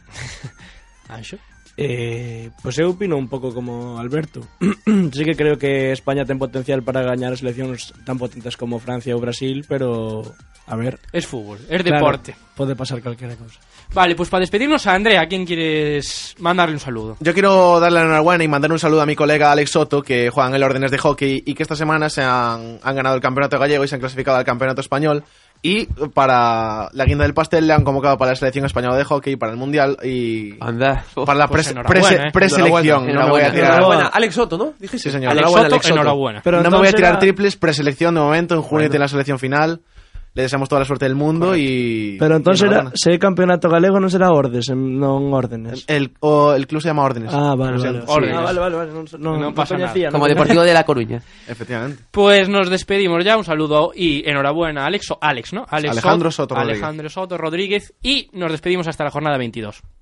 Anxo? Eh, pues eu opino un pouco como Alberto. sí que creo que España ten potencial para gañar seleccións tan potentes como Francia ou Brasil, pero a ver, Es fútbol, es Claro, deporte. Pode pasar calquera cousa. Vale, pues para despedirnos a Andrea, ¿a quién quieres mandarle un saludo? Yo quiero darle la enhorabuena y mandar un saludo a mi colega Alex Soto, que juega en el órdenes de hockey y que esta semana se han, han ganado el campeonato gallego y se han clasificado al campeonato español. Y para la guinda del pastel le han convocado para la selección española de hockey, para el mundial y. Para la Pues pres- enhorabuena, prese- eh. preselección. Enhorabuena, No me voy a enhorabuena. tirar. Enhorabuena. Ah. Alex Soto, ¿no? Dijiste. Sí, señor. Alex enhorabuena, Soto, Alex Soto. enhorabuena. Pero no me entonces voy a tirar era- triples, preselección de momento. En junio tiene la selección final. Le deseamos toda la suerte del mundo y. Pero entón y será, enhorabuena. se é campeonato galego non será Ordes, em, non Órdenes. El, o el club se llama Órdenes. Ah, vale, Lo vale. siento. Sí. Ah, vale, vale, vale, non- non- non coñecía, non coñecía. Coruña. Efectivamente. Pues nos despedimos ya, un saludo y enhorabuena a Alex, o Alex, ¿no? Alex Alejandro Soto Rodríguez. Alejandro Soto Rodríguez y nos despedimos hasta la jornada 22.